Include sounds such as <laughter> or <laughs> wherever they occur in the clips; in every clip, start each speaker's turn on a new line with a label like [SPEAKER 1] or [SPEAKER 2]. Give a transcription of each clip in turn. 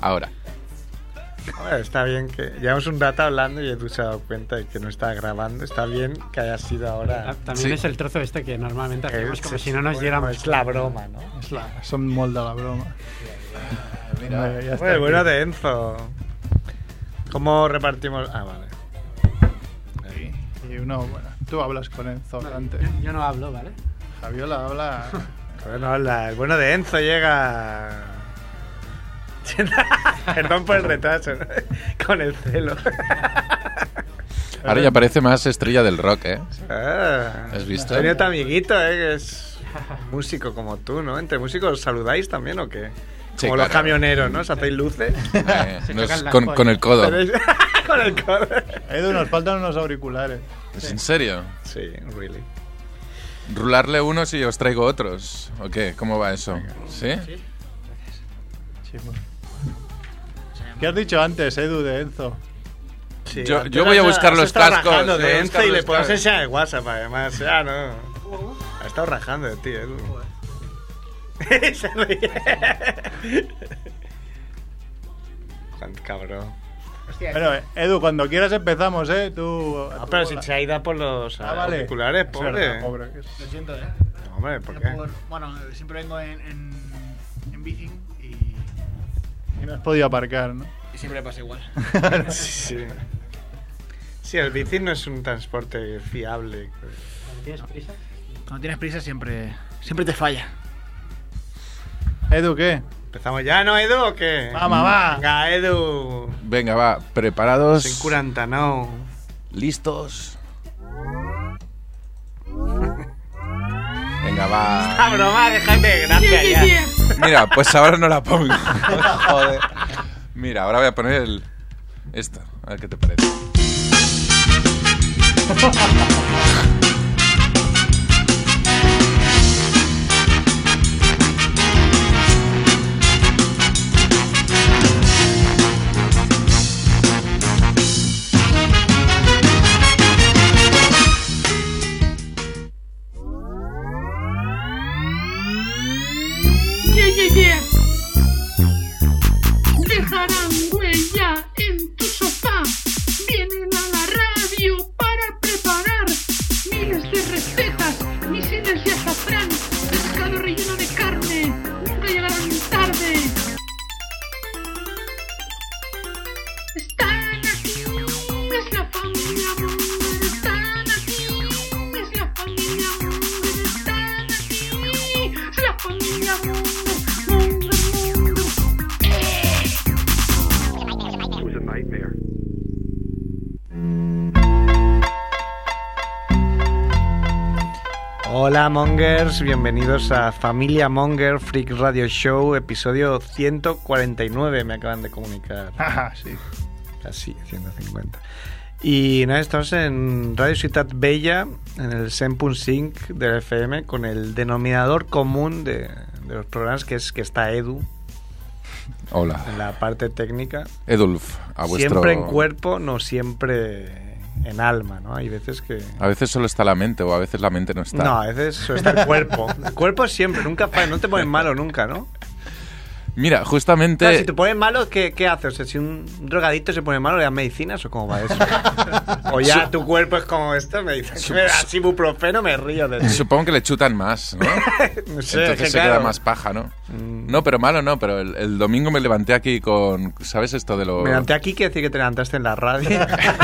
[SPEAKER 1] Ahora.
[SPEAKER 2] Bueno, está bien que llevamos un rato hablando y Edu se ha dado cuenta de que no estaba grabando. Está bien que haya sido ahora.
[SPEAKER 3] También
[SPEAKER 1] Sí.
[SPEAKER 3] es el trozo este que normalmente
[SPEAKER 2] que
[SPEAKER 3] hacemos como
[SPEAKER 2] se
[SPEAKER 3] si no nos
[SPEAKER 2] supone-
[SPEAKER 3] diéramos.
[SPEAKER 2] Es la broma, ¿no?
[SPEAKER 4] És la, som molt de
[SPEAKER 5] <laughs>
[SPEAKER 4] la broma. Vinga, ja
[SPEAKER 2] Bueno,
[SPEAKER 4] està.
[SPEAKER 2] bueno de Enzo. ¿Cómo repartimos? Ah, vale.
[SPEAKER 1] Ahí.
[SPEAKER 4] Y uno, bueno, tú hablas con Enzo
[SPEAKER 3] Vale,
[SPEAKER 4] antes.
[SPEAKER 3] yo, yo no hablo, ¿vale?
[SPEAKER 5] <laughs>
[SPEAKER 4] Javiola habla.
[SPEAKER 2] Bueno, hola, el bueno de Enzo llega. <laughs> Perdón por el retraso. <laughs> Con el celo.
[SPEAKER 1] Ahora ya parece más estrella del rock, ¿eh?
[SPEAKER 2] Ah,
[SPEAKER 1] ¿Has visto?
[SPEAKER 2] ha venido tu amiguito, eh, que es músico como tú, ¿no? ¿Entre músicos saludáis también o qué?
[SPEAKER 1] Sí,
[SPEAKER 2] como los
[SPEAKER 1] claro.
[SPEAKER 2] camioneros, ¿no? ¿Os hacéis luces?
[SPEAKER 1] Eh,
[SPEAKER 3] Se
[SPEAKER 1] no es
[SPEAKER 3] tocan las
[SPEAKER 1] con,
[SPEAKER 3] pollas.
[SPEAKER 1] con el codo.
[SPEAKER 2] ¿Tenéis- <laughs> Con el codo.
[SPEAKER 4] Edu, nos faltan unos auriculares.
[SPEAKER 1] ¿Es en serio?
[SPEAKER 2] Sí, really.
[SPEAKER 1] ¿Rularle unos y os traigo otros? ¿O qué? ¿Cómo va eso? ¿Sí?
[SPEAKER 4] Chimo. ¿Qué has dicho antes, Edu, de Enzo?
[SPEAKER 2] Sí,
[SPEAKER 1] Yo-
[SPEAKER 2] antes
[SPEAKER 1] yo voy a
[SPEAKER 2] has-
[SPEAKER 1] buscar
[SPEAKER 2] has
[SPEAKER 1] los
[SPEAKER 2] estado
[SPEAKER 1] cascos,
[SPEAKER 2] rajando
[SPEAKER 1] voy a
[SPEAKER 2] de Enzo
[SPEAKER 1] buscar
[SPEAKER 2] y le
[SPEAKER 1] los
[SPEAKER 2] puedes
[SPEAKER 1] cascos.
[SPEAKER 2] enseñar el WhatsApp, además. Ah, no. Ha estado rajando de ti, Edu. <laughs> Se <laughs> ríe. Juan, cabrón. Ah,
[SPEAKER 4] Bueno, eh, Edu, cuando quieras empezamos, ¿eh? Tú.
[SPEAKER 2] Ah, pero si se ha ido por los
[SPEAKER 4] Ah, vale.
[SPEAKER 2] auriculares,
[SPEAKER 4] Es
[SPEAKER 2] pobre.
[SPEAKER 4] verdad, pobre, que es-
[SPEAKER 5] Lo siento, ¿eh?
[SPEAKER 2] No, hombre, ¿por
[SPEAKER 5] No
[SPEAKER 2] qué?
[SPEAKER 5] puedo- bueno, siempre vengo en, en, en bici y,
[SPEAKER 4] Y no has podido aparcar, ¿no?
[SPEAKER 5] y siempre pasa igual.
[SPEAKER 2] Sí. Sí, el bici no es un transporte fiable.
[SPEAKER 3] ¿Tienes prisa?
[SPEAKER 5] Cuando tienes prisa siempre, siempre te falla.
[SPEAKER 4] Edu, <laughs> ¿qué?
[SPEAKER 2] ¿Empezamos ya, no, Edu, o qué?
[SPEAKER 4] Vamos, va.
[SPEAKER 2] Venga, Edu.
[SPEAKER 1] Venga, va. ¿Preparados?
[SPEAKER 2] Sin curanta, no.
[SPEAKER 1] ¿Listos? Venga, va.
[SPEAKER 2] La Ah, broma, déjate de gracia ya.
[SPEAKER 1] Mira, pues ahora no la pongo. Joder. Mira, ahora voy a poner el... Esta. A ver qué te parece.
[SPEAKER 6] Yeah, yeah, yeah. Dejarán huella en tu sofá. Vienen a la radio para preparar miles de recetas, misiles de azafrán, pescado relleno de carne. Nunca llegarán tarde. Están aquí, es la familia Munger. Están aquí, es la familia Munger. Están aquí, es la familia Munger. Munger, Munger.
[SPEAKER 2] Hola Mongers, bienvenidos a Familia Monger Freak Radio Show, episodio 149, me acaban de comunicar.
[SPEAKER 4] Ajá, Ah, sí.
[SPEAKER 2] Casi 150. Y nada, estamos en Radio Ciudad Bella, en el 100.5 de la FM, con el denominador común de, de los programas, que es que está Edu en
[SPEAKER 1] Hola.
[SPEAKER 2] la parte técnica.
[SPEAKER 1] Edulf, a vuestro...
[SPEAKER 2] Siempre en cuerpo, no siempre en alma, ¿no? Hay veces que...
[SPEAKER 1] A veces solo está la mente o a veces la mente no Ah, está.
[SPEAKER 2] No, a veces solo está
[SPEAKER 1] <laughs>
[SPEAKER 2] el cuerpo. El cuerpo siempre, nunca falla, no te pones malo nunca, ¿no?
[SPEAKER 1] Mira, justamente...
[SPEAKER 2] Claro, si te pones malo, ¿qué, ¿qué haces? O sea, si un drogadicto se pone malo, ¿le das medicinas o cómo
[SPEAKER 1] <laughs>
[SPEAKER 2] va eso? o ya tu cuerpo es como esto, me dices, me das ibuprofeno, me río de ti.
[SPEAKER 1] Supongo que le chutan más,
[SPEAKER 2] <laughs>
[SPEAKER 1] ¿no?
[SPEAKER 2] No sé,
[SPEAKER 1] Entonces
[SPEAKER 2] que
[SPEAKER 1] se queda
[SPEAKER 2] claro, Mm.
[SPEAKER 1] más paja, ¿no? No, pero malo no, pero el, el domingo me levanté aquí con... ¿Sabes esto de lo...?
[SPEAKER 2] Me levanté aquí, quiere decir que te levantaste en la radio.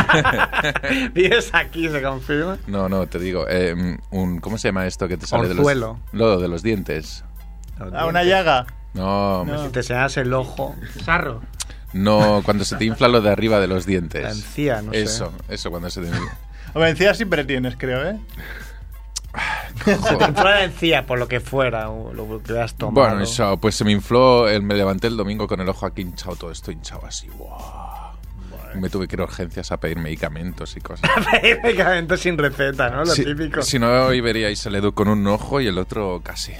[SPEAKER 1] <laughs>
[SPEAKER 2] <laughs> Vives aquí, se confirma.
[SPEAKER 1] No, no, te digo. eh, un, ¿Cómo se llama esto que te sale
[SPEAKER 2] Orzuelo.
[SPEAKER 1] de los... No, de los dientes.
[SPEAKER 4] Ah, una llaga.
[SPEAKER 1] No,
[SPEAKER 2] Si te señalas el ojo,
[SPEAKER 3] Sarro.
[SPEAKER 1] no, cuando se te infla lo de arriba de los dientes.
[SPEAKER 2] la encía, Ah, no sé.
[SPEAKER 1] eso, eso cuando se te infla.
[SPEAKER 4] Hombre, encías siempre tienes, creo, ¿eh?
[SPEAKER 2] <laughs> Se te infla <laughs> la encía por lo que fuera, o lo que has tomado.
[SPEAKER 1] Bueno,
[SPEAKER 2] <laughs>
[SPEAKER 1] eso, pues se me infló, el- me levanté el domingo con el ojo aquí hinchado, todo esto hinchado así, ¡buah! Me tuve que ir a urgencias a pedir medicamentos y
[SPEAKER 2] <laughs>
[SPEAKER 1] cosas.
[SPEAKER 2] Medicamento sin receta, ¿no? Lo
[SPEAKER 1] si,
[SPEAKER 2] típico.
[SPEAKER 1] si no, hoy veríais el Edu con un ojo y el otro casi.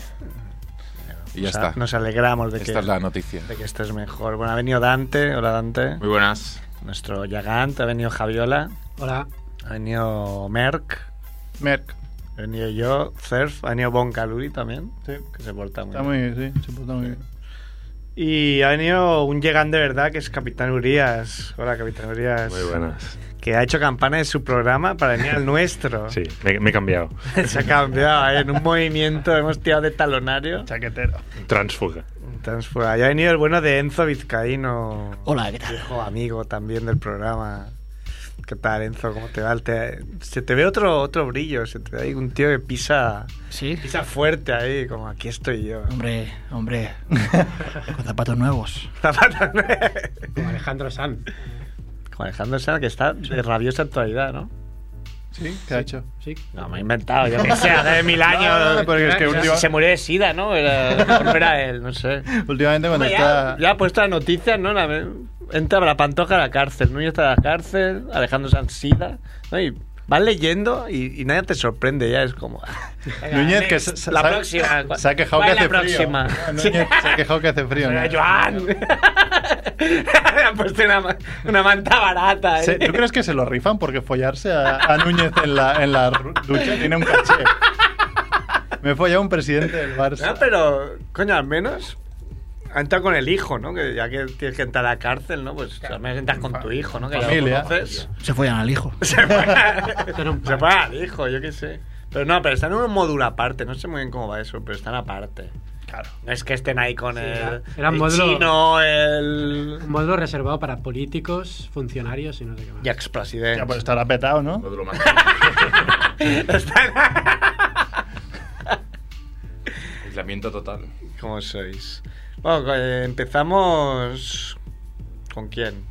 [SPEAKER 1] Y ya
[SPEAKER 2] O sea,
[SPEAKER 1] está.
[SPEAKER 2] Nos alegramos de que...
[SPEAKER 1] Esta es la noticia.
[SPEAKER 2] De que estés mejor. Bueno, ha venido Dante. Hola, Dante.
[SPEAKER 7] Muy buenas.
[SPEAKER 2] Nuestro Yagant. Ha venido Javiola.
[SPEAKER 3] Hola.
[SPEAKER 2] Ha venido Merck.
[SPEAKER 4] Merck.
[SPEAKER 2] He venido yo, Cerf. Ha venido Bon Caluri también.
[SPEAKER 4] Sí.
[SPEAKER 2] Que se porta muy
[SPEAKER 4] Está
[SPEAKER 2] bien.
[SPEAKER 4] muy bien, sí. Se porta muy bien.
[SPEAKER 2] Y ha venido un llegando de verdad que es Capitán Urias. Hola, Capitán Urias.
[SPEAKER 7] Muy buenas.
[SPEAKER 2] Que ha hecho campana de su programa para venir al nuestro.
[SPEAKER 7] Sí, me, me he cambiado.
[SPEAKER 2] <laughs> Se ha cambiado ¿eh? en un movimiento, hemos tirado de talonario.
[SPEAKER 5] Chaquetero.
[SPEAKER 7] Transfuga.
[SPEAKER 2] Entonces, pues, ahí ha venido el bueno de Enzo Vizcaíno.
[SPEAKER 8] Hola, ¿qué tal?
[SPEAKER 2] Viejo amigo también del programa. ¿Qué tal, Enzo? ¿Cómo te va? Te- se te ve otro, otro brillo, se te ve ahí un tío que pisa,
[SPEAKER 8] Sí.
[SPEAKER 2] pisa fuerte ahí, como aquí estoy yo. <laughs>
[SPEAKER 8] Hombre, hombre. Con zapatos nuevos.
[SPEAKER 2] Zapata-
[SPEAKER 3] Como Alejandro San.
[SPEAKER 2] como Alejandro Sanz, que está de rabiosa actualidad, ¿no?
[SPEAKER 4] ¿Sí? ¿Qué ha hecho?
[SPEAKER 3] Sí.
[SPEAKER 2] No, me he inventado, yo que sé, hace
[SPEAKER 4] <laughs>
[SPEAKER 2] mil
[SPEAKER 4] No, no, no, porque es que última-
[SPEAKER 2] Se murió de sida, ¿no? Era, no era él, no sé.
[SPEAKER 4] Últimamente cuando
[SPEAKER 2] Ya,
[SPEAKER 4] está...
[SPEAKER 2] ya ha puesto la noticia, ¿no? La- entra la pantoja a la cárcel, Núñez está a la cárcel, Alejandro Sansida, ¿no? Y vas leyendo y, y nadie te sorprende, ya es como. <laughs> Venga,
[SPEAKER 4] Núñez, que
[SPEAKER 2] next,
[SPEAKER 4] se- se-
[SPEAKER 2] la
[SPEAKER 4] se ha-
[SPEAKER 2] próxima. ¿cuál-
[SPEAKER 4] Se ha quejado que
[SPEAKER 2] cuál es
[SPEAKER 4] hace
[SPEAKER 2] la próxima?
[SPEAKER 4] frío. <laughs>
[SPEAKER 2] Sí. ah,
[SPEAKER 4] Núñez se ha quejado que hace frío.
[SPEAKER 2] Venga,
[SPEAKER 4] ¿no?
[SPEAKER 2] Joan. <laughs> Le han puesto una, ma- una manta barata. ¿eh?
[SPEAKER 4] Se- ¿Tú crees que se lo rifan porque follarse a, a Núñez en la, en la ru- ducha tiene un caché? Me he follado a un presidente del
[SPEAKER 2] No,
[SPEAKER 4] Barça.
[SPEAKER 2] Ah, pero, coño, al menos. Ha entrado con el hijo, ¿no? Que ya que tienes que entrar a la cárcel, ¿no? Pues al menos entras con tu hijo, ¿no? Que ya lo
[SPEAKER 4] Familia.
[SPEAKER 2] conoces.
[SPEAKER 8] Se follan al hijo.
[SPEAKER 2] <laughs> Se
[SPEAKER 3] Son un par.
[SPEAKER 2] paga. Se paga al hijo, yo qué sé. Pero no, pero están en un módulo aparte. No sé muy bien cómo va eso, pero están aparte.
[SPEAKER 4] Claro.
[SPEAKER 2] No es que estén ahí con el,
[SPEAKER 3] era- era un
[SPEAKER 2] el
[SPEAKER 3] módulo-
[SPEAKER 2] chino, el...
[SPEAKER 3] Un módulo reservado para políticos, funcionarios y no sé qué más.
[SPEAKER 2] Y expresidente.
[SPEAKER 4] Ya,
[SPEAKER 2] <laughs>
[SPEAKER 4] pues estará petado, ¿no?
[SPEAKER 7] Aislamiento total.
[SPEAKER 2] ¿Cómo sois? Bueno, eh, empezamos... ¿Con quién?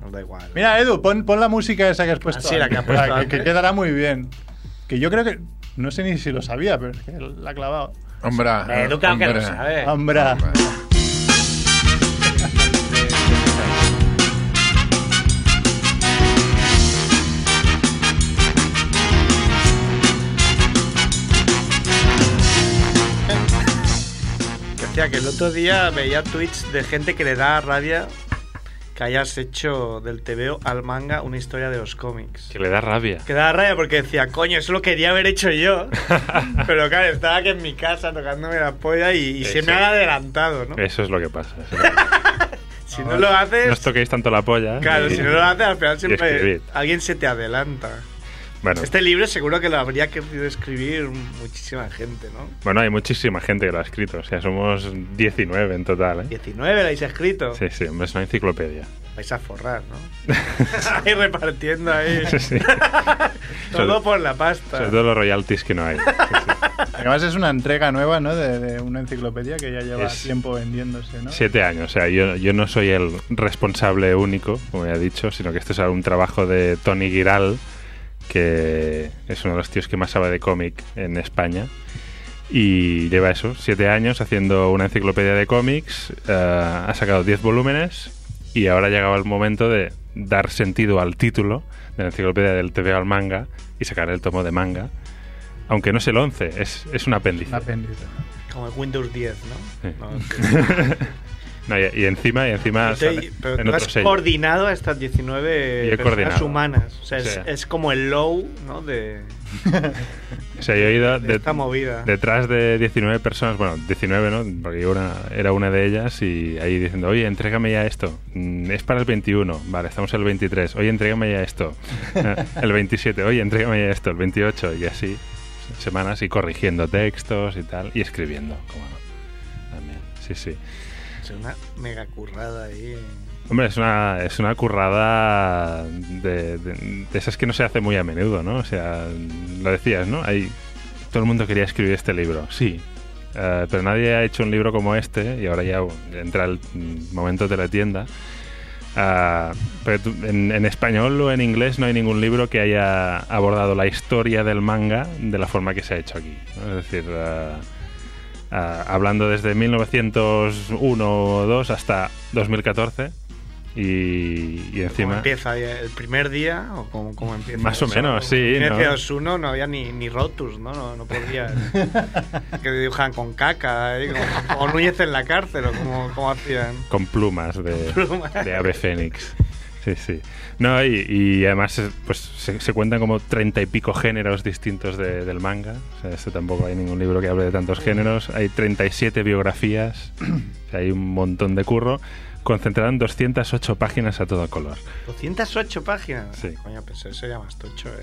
[SPEAKER 2] Nos da igual.
[SPEAKER 4] Mira, Edu, pon, pon la música esa que has puesto.
[SPEAKER 2] Ah, sí, la que ha puesto
[SPEAKER 4] que-
[SPEAKER 2] antes.
[SPEAKER 4] que quedará muy bien. Que yo creo que. No sé ni si lo sabía, pero es que la ha clavado.
[SPEAKER 1] Hombre,
[SPEAKER 2] Eh, Ah, tú claro que
[SPEAKER 1] hombre.
[SPEAKER 2] lo sabes.
[SPEAKER 4] Hombre.
[SPEAKER 2] Decía que el otro día veía tweets de gente que le da rabia que hayas hecho del TVO al manga una historia de los cómics.
[SPEAKER 7] Que le da rabia.
[SPEAKER 2] Que daba rabia porque decía, coño, eso lo quería haber hecho yo. Pero claro, estaba aquí en mi casa tocándome la polla y, y se
[SPEAKER 7] Eso.
[SPEAKER 2] me han adelantado,
[SPEAKER 7] <laughs>
[SPEAKER 2] ¿no?
[SPEAKER 7] Eso es lo que pasa. eso es lo que pasa.
[SPEAKER 2] Si no lo haces.
[SPEAKER 7] No os toquéis tanto la polla. ¿eh?
[SPEAKER 2] Claro,
[SPEAKER 7] Y-
[SPEAKER 2] si no lo haces, al final siempre
[SPEAKER 7] escribid.
[SPEAKER 2] alguien se te adelanta.
[SPEAKER 7] Bueno,
[SPEAKER 2] Este libro seguro que lo habría querido escribir muchísima gente, ¿no?
[SPEAKER 7] bueno, hay muchísima gente que lo ha escrito. O sea, somos 19 en total, ¿eh?
[SPEAKER 2] 19 lo habéis escrito.
[SPEAKER 7] Sí, sí, hombre, es una enciclopedia.
[SPEAKER 2] Vais a forrar, ¿no? <laughs> ahí repartiendo ahí.
[SPEAKER 7] Sí, sí. <laughs>
[SPEAKER 2] Todo
[SPEAKER 7] Sobre-
[SPEAKER 2] por la pasta.
[SPEAKER 7] Sobre todo los royalties que no hay. Sí, sí.
[SPEAKER 4] Además, es una entrega nueva, ¿no? De, de una enciclopedia que ya lleva
[SPEAKER 7] Es-
[SPEAKER 4] tiempo vendiéndose, ¿no?
[SPEAKER 7] Siete años, o sea, yo, yo no soy el responsable único, como ya he dicho, sino que esto es un trabajo de Tony Giral, que es uno de los tíos que más sabe de cómic en España. Y lleva eso, siete años haciendo una enciclopedia de cómics, eh, ha sacado diez volúmenes y ahora llegaba el momento de dar sentido al título de la enciclopedia del TV al manga y sacar el tomo de manga. Aunque no es el 11, es, es un apéndice.
[SPEAKER 4] Un apéndice.
[SPEAKER 2] Como el Windows 10, ¿no?
[SPEAKER 7] Sí.
[SPEAKER 2] No, sí.
[SPEAKER 7] <laughs> No, y, y encima, y encima
[SPEAKER 2] Te-
[SPEAKER 7] sale
[SPEAKER 2] pero
[SPEAKER 7] en
[SPEAKER 2] tú
[SPEAKER 7] otro
[SPEAKER 2] has
[SPEAKER 7] sello.
[SPEAKER 2] coordinado a estas
[SPEAKER 7] Yo
[SPEAKER 2] 19
[SPEAKER 7] he
[SPEAKER 2] personas
[SPEAKER 7] coordinado.
[SPEAKER 2] humanas. O sea, es,
[SPEAKER 7] Sí.
[SPEAKER 2] es como el low, ¿no? De,
[SPEAKER 7] O sea, yo he ido
[SPEAKER 2] de
[SPEAKER 7] de-
[SPEAKER 2] esta movida.
[SPEAKER 7] detrás de 19 personas, bueno, 19, ¿no? Porque yo una, era una de ellas y ahí diciendo, oye, entrégame ya esto. Mm, Es para el 21, vale, estamos en el 23. Oye, entrégame ya esto. <laughs> Eh, el 27, oye, entrégame ya esto. El 28 y así, semanas y corrigiendo textos y tal, y escribiendo, como no. También, sí, sí.
[SPEAKER 2] Es una mega currada ahí.
[SPEAKER 7] Hombre, es una, es una currada de, de- de esas que no se hace muy a menudo, ¿no? O sea, lo decías, ¿no? Hay, todo el mundo quería escribir este libro, sí. Eh, pero nadie ha hecho un libro como este y ahora ya entra el mm, momento de la tienda. Ah, pero tú- en, en español o en inglés no hay ningún libro que haya abordado la historia del manga de la forma que se ha hecho aquí. ¿no? Es decir, ah, ah, hablando desde 1901 o 2 hasta 2014 y, y
[SPEAKER 2] ¿Cómo
[SPEAKER 7] encima...
[SPEAKER 2] empieza? ¿El primer día o cómo, cómo empieza?
[SPEAKER 7] Más o menos, sí, ¿no?
[SPEAKER 2] En 1 no había ni, ni Rotus, ¿no? No, no podía. que dibujan con caca, ¿eh? Como- o Núñez en la cárcel, o como, como hacían.
[SPEAKER 7] Con plumas <laughs> de,
[SPEAKER 2] Plumas.
[SPEAKER 7] de ave fénix. Sí, sí. No, y, y además es- pues, se, se cuentan como treinta y pico géneros distintos de- del manga. O sea, este tampoco hay ningún libro que hable de tantos géneros. Hay 37 biografías. O sea, hay un montón de curro. Concentrado en 208 páginas a todo color.
[SPEAKER 2] 208 páginas.
[SPEAKER 7] Sí.
[SPEAKER 2] Coño, pues eso ya más tocho, ¿eh?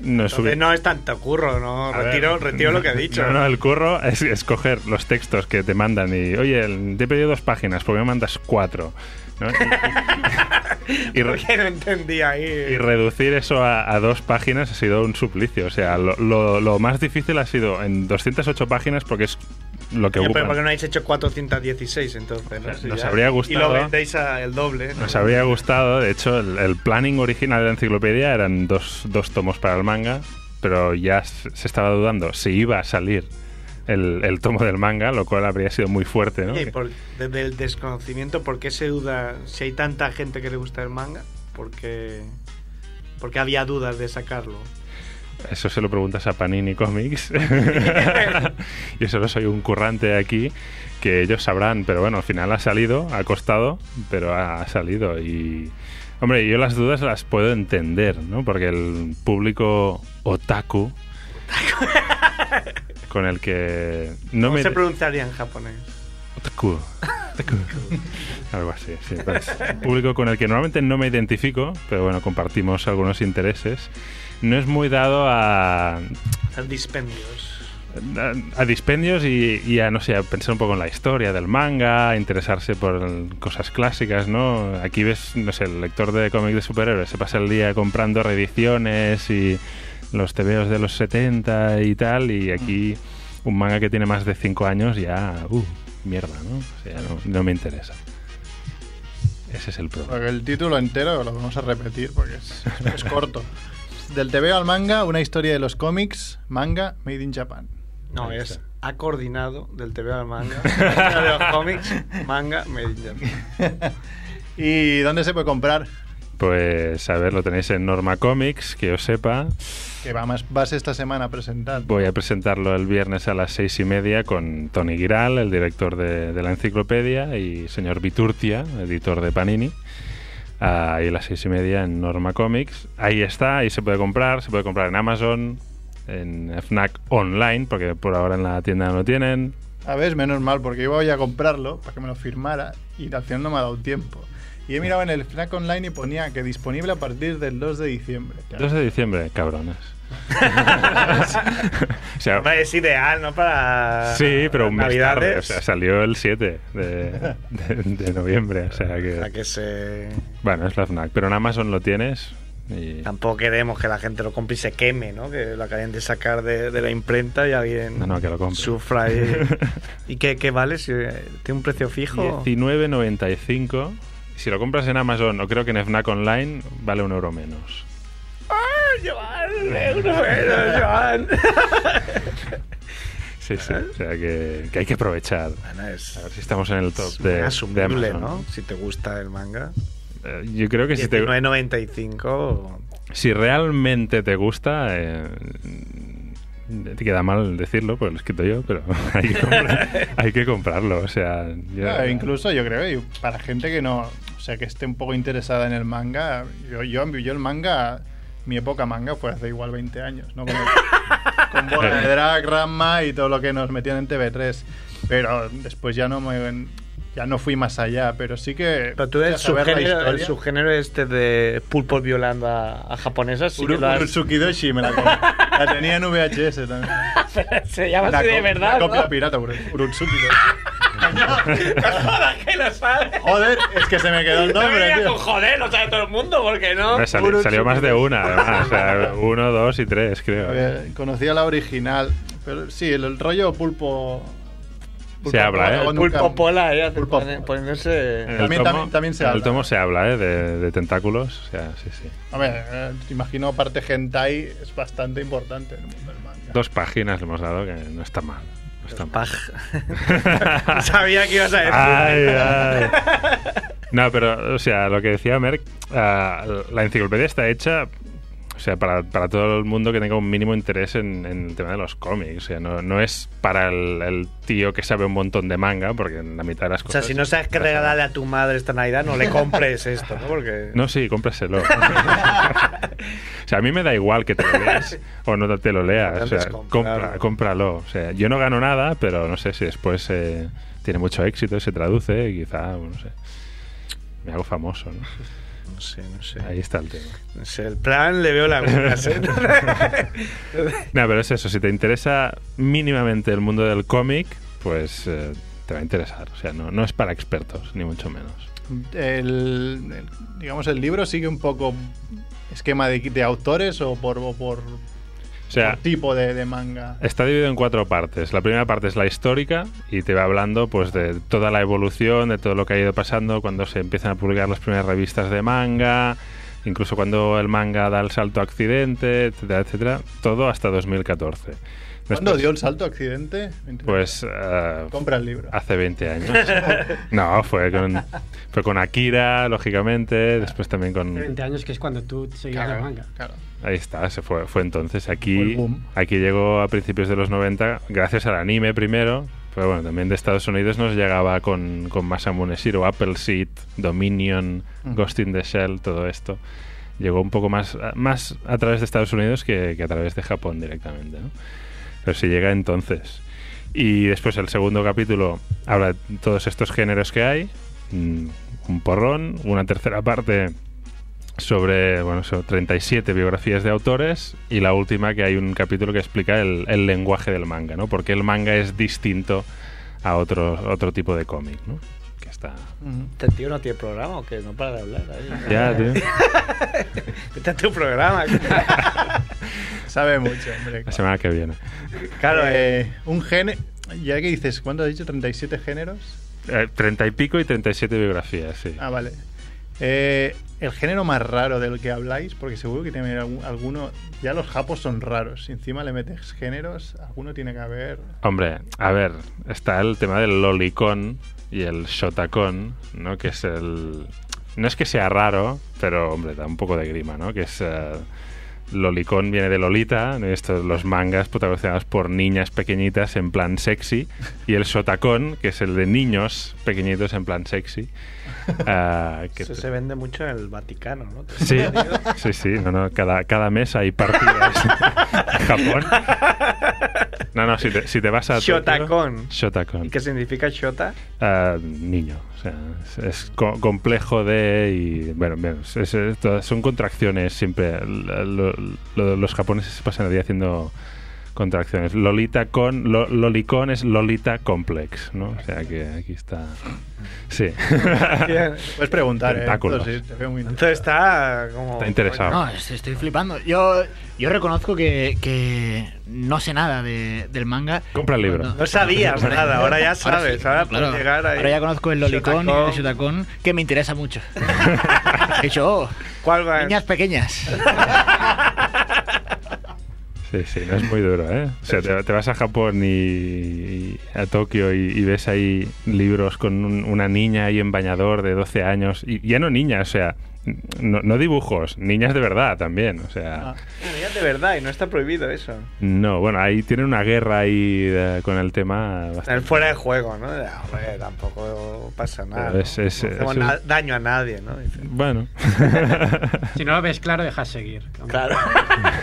[SPEAKER 7] No es
[SPEAKER 2] Entonces no es tanto curro, ¿no?
[SPEAKER 7] A ver,
[SPEAKER 2] Retiro, retiro lo que he dicho.
[SPEAKER 7] <laughs> No, no, el curro es escoger los textos que te mandan y, oye, el- te he pedido dos páginas, porque me mandas cuatro? ¿no?
[SPEAKER 2] <laughs>
[SPEAKER 7] Y, y- y re-
[SPEAKER 2] Porque no entendía ahí.
[SPEAKER 7] y reducir eso a, a dos páginas ha sido un suplicio. O sea, lo, lo- lo más difícil ha sido en 208 páginas porque es lo que
[SPEAKER 2] Ya, pero
[SPEAKER 7] ocupan.
[SPEAKER 2] ¿por qué no habéis hecho 416 entonces? ¿no?
[SPEAKER 7] Nos
[SPEAKER 2] Si ya-
[SPEAKER 7] habría
[SPEAKER 2] Y lo
[SPEAKER 7] gustado.
[SPEAKER 2] vendéis a- el doble.
[SPEAKER 7] Nos habría gustado, de hecho, el, el planning original de la enciclopedia eran dos, dos tomos para el manga, pero ya se se estaba dudando si iba a salir el, el tomo del manga, lo cual habría sido muy fuerte, ¿no?
[SPEAKER 2] Oye, y por- desde el desconocimiento, ¿por qué se duda si hay tanta gente que le gusta el manga? Porque, porque había dudas de sacarlo.
[SPEAKER 7] Eso se lo preguntas a Panini
[SPEAKER 2] <laughs>
[SPEAKER 7] Comics. y solo soy un currante aquí que ellos sabrán, pero bueno, al final ha salido, ha costado, pero ha salido y hombre, yo las dudas las puedo entender, ¿no? Porque el público otaku con el que no
[SPEAKER 2] ¿Cómo
[SPEAKER 7] me
[SPEAKER 2] se pronunciaría en japonés?
[SPEAKER 7] Otaku. Algo así, sí. pues, público con el que normalmente no me identifico, pero bueno, compartimos algunos intereses. No es muy dado a
[SPEAKER 2] Al dispendios.
[SPEAKER 7] a, a dispendios y, y a, no sé, a pensar un poco en la historia del manga, a interesarse por el- cosas clásicas, ¿no? Aquí ves, no sé, el lector de cómics de superhéroes se pasa el día comprando reediciones y los tebeos de los 70 y tal, y aquí un manga que tiene más de 5 años ya, uh, mierda, ¿no? O sea, no, no me interesa. Ese es el problema.
[SPEAKER 4] Porque el título entero lo vamos a repetir porque es, es corto. Del TV al manga, una historia de los cómics, manga made in Japan. <laughs>
[SPEAKER 2] No,
[SPEAKER 7] Ahí
[SPEAKER 2] es
[SPEAKER 7] está.
[SPEAKER 2] ha coordinado del TV
[SPEAKER 7] <laughs>
[SPEAKER 2] al manga, de los cómics, manga, made in Japan.
[SPEAKER 4] ¿Y dónde se puede comprar?
[SPEAKER 7] Pues, a ver, lo tenéis en Norma Comics, que yo sepa.
[SPEAKER 4] Que va más vas esta semana a presentar.
[SPEAKER 7] Voy a presentarlo el viernes a las seis y media con Tony Giral, el director de, de la enciclopedia, y señor Viturtia, editor de Panini. Ahí a las seis y media en Norma Comics. Ahí está, ahí se puede comprar, se puede comprar en Amazon, en Fnac Online, porque por ahora en la tienda no lo tienen.
[SPEAKER 4] A ver, menos mal, porque yo voy a comprarlo para que me lo firmara y al final no me ha dado tiempo. Y he mirado en el FNAC online y ponía que disponible a partir del 2 de diciembre.
[SPEAKER 7] 2 de diciembre, cabrones. <laughs> <laughs> O sea,
[SPEAKER 2] Hombre, es ideal, ¿no? Para
[SPEAKER 7] sí, pero un mes
[SPEAKER 2] Navidades.
[SPEAKER 7] tarde. O sea, salió el 7 de, de- de noviembre. O sea que...
[SPEAKER 2] para que se...
[SPEAKER 7] Bueno, es la FNAC, pero en Amazon lo tienes. Y...
[SPEAKER 2] Tampoco queremos que la gente lo compre y se queme, ¿no? Que lo acaben de sacar de, de la imprenta y alguien
[SPEAKER 7] No, no, que lo compre. <laughs>
[SPEAKER 2] sufra. ahí. ¿Y, qué, qué vale? Si, eh, ¿Tiene un precio fijo? <laughs>
[SPEAKER 7] 19.95. Si lo compras en Amazon o creo que en FNAC Online, vale un euro menos. Sí, sí.
[SPEAKER 2] ¿Eh?
[SPEAKER 7] O sea que, que hay que aprovechar.
[SPEAKER 2] Bueno, es,
[SPEAKER 7] A ver si estamos en el top
[SPEAKER 2] es muy
[SPEAKER 7] de, de
[SPEAKER 2] asumible,
[SPEAKER 7] Amazon.
[SPEAKER 2] ¿no? Si te gusta el manga.
[SPEAKER 7] Eh, Yo creo que si, te,
[SPEAKER 2] 19.95.
[SPEAKER 7] si realmente te gusta, eh, te queda mal decirlo, porque lo he escrito yo, pero <laughs> hay que, comprar- hay que comprarlo. O sea, yo-
[SPEAKER 4] Claro, incluso yo creo que para gente que no, o sea, que esté un poco interesada en el manga, yo, yo, yo el manga, mi época manga fue hace igual 20 años, ¿no? Con, el- con Bola de Drag, Ranma y todo lo que nos metían en TV3. Pero después ya no me, ya no fui más allá, pero sí que...
[SPEAKER 2] Pero tú el
[SPEAKER 4] ya saber la
[SPEAKER 2] subgénero, el
[SPEAKER 4] historia.
[SPEAKER 2] subgénero este de pulpos violando a, a japonesas sí que
[SPEAKER 4] Uru-
[SPEAKER 2] lo has-
[SPEAKER 4] Urutsukidoshi me la compré. La tenía en VHS
[SPEAKER 2] <laughs>
[SPEAKER 4] también.
[SPEAKER 2] se llama así
[SPEAKER 4] co-
[SPEAKER 2] de verdad,
[SPEAKER 4] la copia
[SPEAKER 2] ¿no?
[SPEAKER 4] pirata, Uru-
[SPEAKER 2] <laughs>
[SPEAKER 4] Urutsukidoshi.
[SPEAKER 2] Joder, que lo sabe.
[SPEAKER 4] Joder, es que se me quedó el
[SPEAKER 2] No me
[SPEAKER 4] nombre,
[SPEAKER 2] digas
[SPEAKER 4] tío.
[SPEAKER 2] con joder, lo sabe todo el mundo, ¿por qué no?
[SPEAKER 7] Hombre, salió, salió más de una, además. O sea, uno, dos y tres, creo. ¿eh?
[SPEAKER 4] eh, A ver, conocía la original, pero sí, el, el rollo pulpo.
[SPEAKER 7] Se habla, ¿eh?
[SPEAKER 4] Dragon
[SPEAKER 2] Pulpo
[SPEAKER 4] Dukan.
[SPEAKER 2] pola, eh, hace-
[SPEAKER 4] Pulpo.
[SPEAKER 2] pone- poniéndose...
[SPEAKER 7] En el
[SPEAKER 4] También-
[SPEAKER 7] tomo-
[SPEAKER 4] también- también se
[SPEAKER 7] en
[SPEAKER 4] habla.
[SPEAKER 7] El tomo se habla, ¿eh? De, de tentáculos. O sea, sí, sí.
[SPEAKER 4] A ver, eh, te imagino parte hentai es bastante importante en el mundo del manga.
[SPEAKER 7] Dos páginas le hemos dado, que no está mal. No está mal. <laughs>
[SPEAKER 2] Paj. <laughs> Sabía que ibas a decir.
[SPEAKER 7] Ay, ay. No, pero, o sea, lo que decía Merck, ah, la enciclopedia está hecha O sea, para, para todo el mundo que tenga un mínimo interés en, en el tema de los cómics. O sea, no, no es para el, el tío que sabe un montón de manga, porque en la mitad de las
[SPEAKER 2] O
[SPEAKER 7] cosas.
[SPEAKER 2] sea, si no sabes qué regalarle a tu madre esta Navidad, no le compres esto, ¿no? Porque...
[SPEAKER 7] No, sí, cómpraselo. o sea, a mí me da igual que te lo leas o no te lo leas. O sea,
[SPEAKER 2] Antes comprarlo.
[SPEAKER 7] compra- cómpralo. O sea, yo no gano nada, pero no sé si después eh, tiene mucho éxito, se traduce, quizá, no sé. Me hago famoso, ¿no?
[SPEAKER 2] No sé, no sé.
[SPEAKER 7] Ahí está el tema.
[SPEAKER 2] No sé, el plan le veo la
[SPEAKER 7] <laughs> No, pero es eso, si te interesa mínimamente el mundo del cómic, pues eh, te va a interesar. O sea, no, no es para expertos, ni mucho menos.
[SPEAKER 4] El, el- digamos, el libro sigue un poco esquema de, de autores o por, o por,
[SPEAKER 7] O sea,
[SPEAKER 4] por tipo de, de manga.
[SPEAKER 7] Está dividido en cuatro partes. La primera parte es la histórica y te va hablando pues de toda la evolución, de todo lo que ha ido pasando cuando se empiezan a publicar las primeras revistas de manga, incluso cuando el manga da el salto a accidente, etcétera, etcétera. Todo hasta 2014.
[SPEAKER 4] ¿Cuándo
[SPEAKER 7] Después,
[SPEAKER 4] dio el salto accidente?
[SPEAKER 7] Pues eh,
[SPEAKER 4] Compra el libro.
[SPEAKER 7] hace 20
[SPEAKER 4] <laughs>
[SPEAKER 7] años. no, fue con, fue con Akira, lógicamente, después también con...
[SPEAKER 3] 20 años que es cuando tú seguías la manga.
[SPEAKER 4] claro.
[SPEAKER 7] Ahí está, se fue, fue entonces.
[SPEAKER 4] Fue el
[SPEAKER 7] Aquí,
[SPEAKER 4] boom.
[SPEAKER 7] aquí llegó a principios de los 90, gracias al anime primero, pero bueno, también de Estados Unidos nos llegaba con, con Masamune Shiro, Appleseed, Dominion,
[SPEAKER 4] Mm.
[SPEAKER 7] Ghost in the Shell, todo esto. Llegó un poco más, más a través de Estados Unidos que, que a través de Japón directamente, ¿no? Pero si llega entonces. Y después el segundo capítulo habla de todos estos géneros que hay, mm, un porrón, una tercera parte sobre, bueno, son 37 biografías de autores y la última que hay un capítulo que explica el, el lenguaje del manga, ¿no? Porque el manga es distinto a otro, otro tipo de cómic, ¿no? Que está...
[SPEAKER 4] Mm.
[SPEAKER 2] Este tío no tiene programa, que no para de hablar. ahí.
[SPEAKER 7] Ya, tío.
[SPEAKER 2] Este es tu programa.
[SPEAKER 4] Sabe mucho,
[SPEAKER 7] <laughs>
[SPEAKER 4] hombre.
[SPEAKER 7] La semana que viene.
[SPEAKER 2] Claro, eh,
[SPEAKER 4] Eh, un género. Ya que dices, ¿cuánto has dicho? ¿37 géneros?
[SPEAKER 7] Eh, 30 y pico y 37 biografías, sí.
[SPEAKER 4] Ah, vale. Eh, el género más raro del que habláis, porque seguro que tiene algún- alguno. Ya los japos son raros. Si encima le metes géneros, alguno tiene que haber.
[SPEAKER 7] Hombre, a ver, está el tema del lolicón y el shotacón, ¿no? Que es el... No es que sea raro, pero, hombre, da un poco de grima, ¿no? Que es... eh, Lolicón viene de Lolita, ¿no? estos los mangas protagonizados por niñas pequeñitas en plan sexy, y el shotacón, que es el de niños pequeñitos en plan sexy. Ah, que-
[SPEAKER 2] eso se vende mucho en el Vaticano, ¿no?
[SPEAKER 7] Sí, sí, sí. No, no, cada, cada mes hay partidas. <laughs> Japón. No, no, si te, si te vas a. Tokio-
[SPEAKER 2] Shotacón.
[SPEAKER 7] Shotacon.
[SPEAKER 2] ¿Y qué significa Shota?
[SPEAKER 7] Ah, niño. O sea, es, es co- complejo de. Y, bueno, bueno, es- es- es- todas- son contracciones siempre. Lo- lo- lo- los japoneses se pasan el día haciendo contracciones. Lolita con. lo- lolicon es Lolita complex, ¿no? O sea que aquí está. Sí.
[SPEAKER 2] Bien.
[SPEAKER 4] Puedes preguntar, ¿eh?
[SPEAKER 7] Tentáculos.
[SPEAKER 4] Entonces, te veo muy
[SPEAKER 2] Entonces está como...
[SPEAKER 7] Está interesado.
[SPEAKER 8] No, es- estoy flipando. Yo, yo reconozco que, que no sé nada de- del manga.
[SPEAKER 7] Compra el libro.
[SPEAKER 2] No sabías nada, ahora ya
[SPEAKER 8] Ahora
[SPEAKER 2] sabes.
[SPEAKER 8] sí,
[SPEAKER 2] Ahora,
[SPEAKER 8] claro.
[SPEAKER 2] puedes llegar ahí.
[SPEAKER 8] Ahora ya conozco el Lolicón y
[SPEAKER 2] Shotacón.
[SPEAKER 8] el Shotacón, que me interesa
[SPEAKER 2] <laughs>
[SPEAKER 8] mucho. He dicho, oh,
[SPEAKER 2] ¿Cuál va?
[SPEAKER 8] niñas pequeñas.
[SPEAKER 7] Sí, sí, no es muy duro, ¿eh? O sea, te, te vas a Japón y, y a Tokio y, y ves ahí libros con un- una niña ahí en bañador de 12 años. Y ya no niñas, o sea, no, no dibujos, niñas de verdad también, o sea...
[SPEAKER 4] Ah.
[SPEAKER 2] Bueno, ya de verdad, y no está prohibido eso.
[SPEAKER 7] No, bueno, ahí tienen una guerra ahí eh, con el tema...
[SPEAKER 2] Está el
[SPEAKER 7] bastante-
[SPEAKER 2] fuera de juego, ¿no? De, hombre, tampoco pasa nada.
[SPEAKER 7] Pero es-
[SPEAKER 2] ¿no?
[SPEAKER 7] es-
[SPEAKER 2] No hacemos
[SPEAKER 7] es-
[SPEAKER 2] na- daño a nadie, ¿no? Dice.
[SPEAKER 7] Bueno. <laughs>
[SPEAKER 3] Si no lo ves claro, dejas seguir.
[SPEAKER 2] Claro.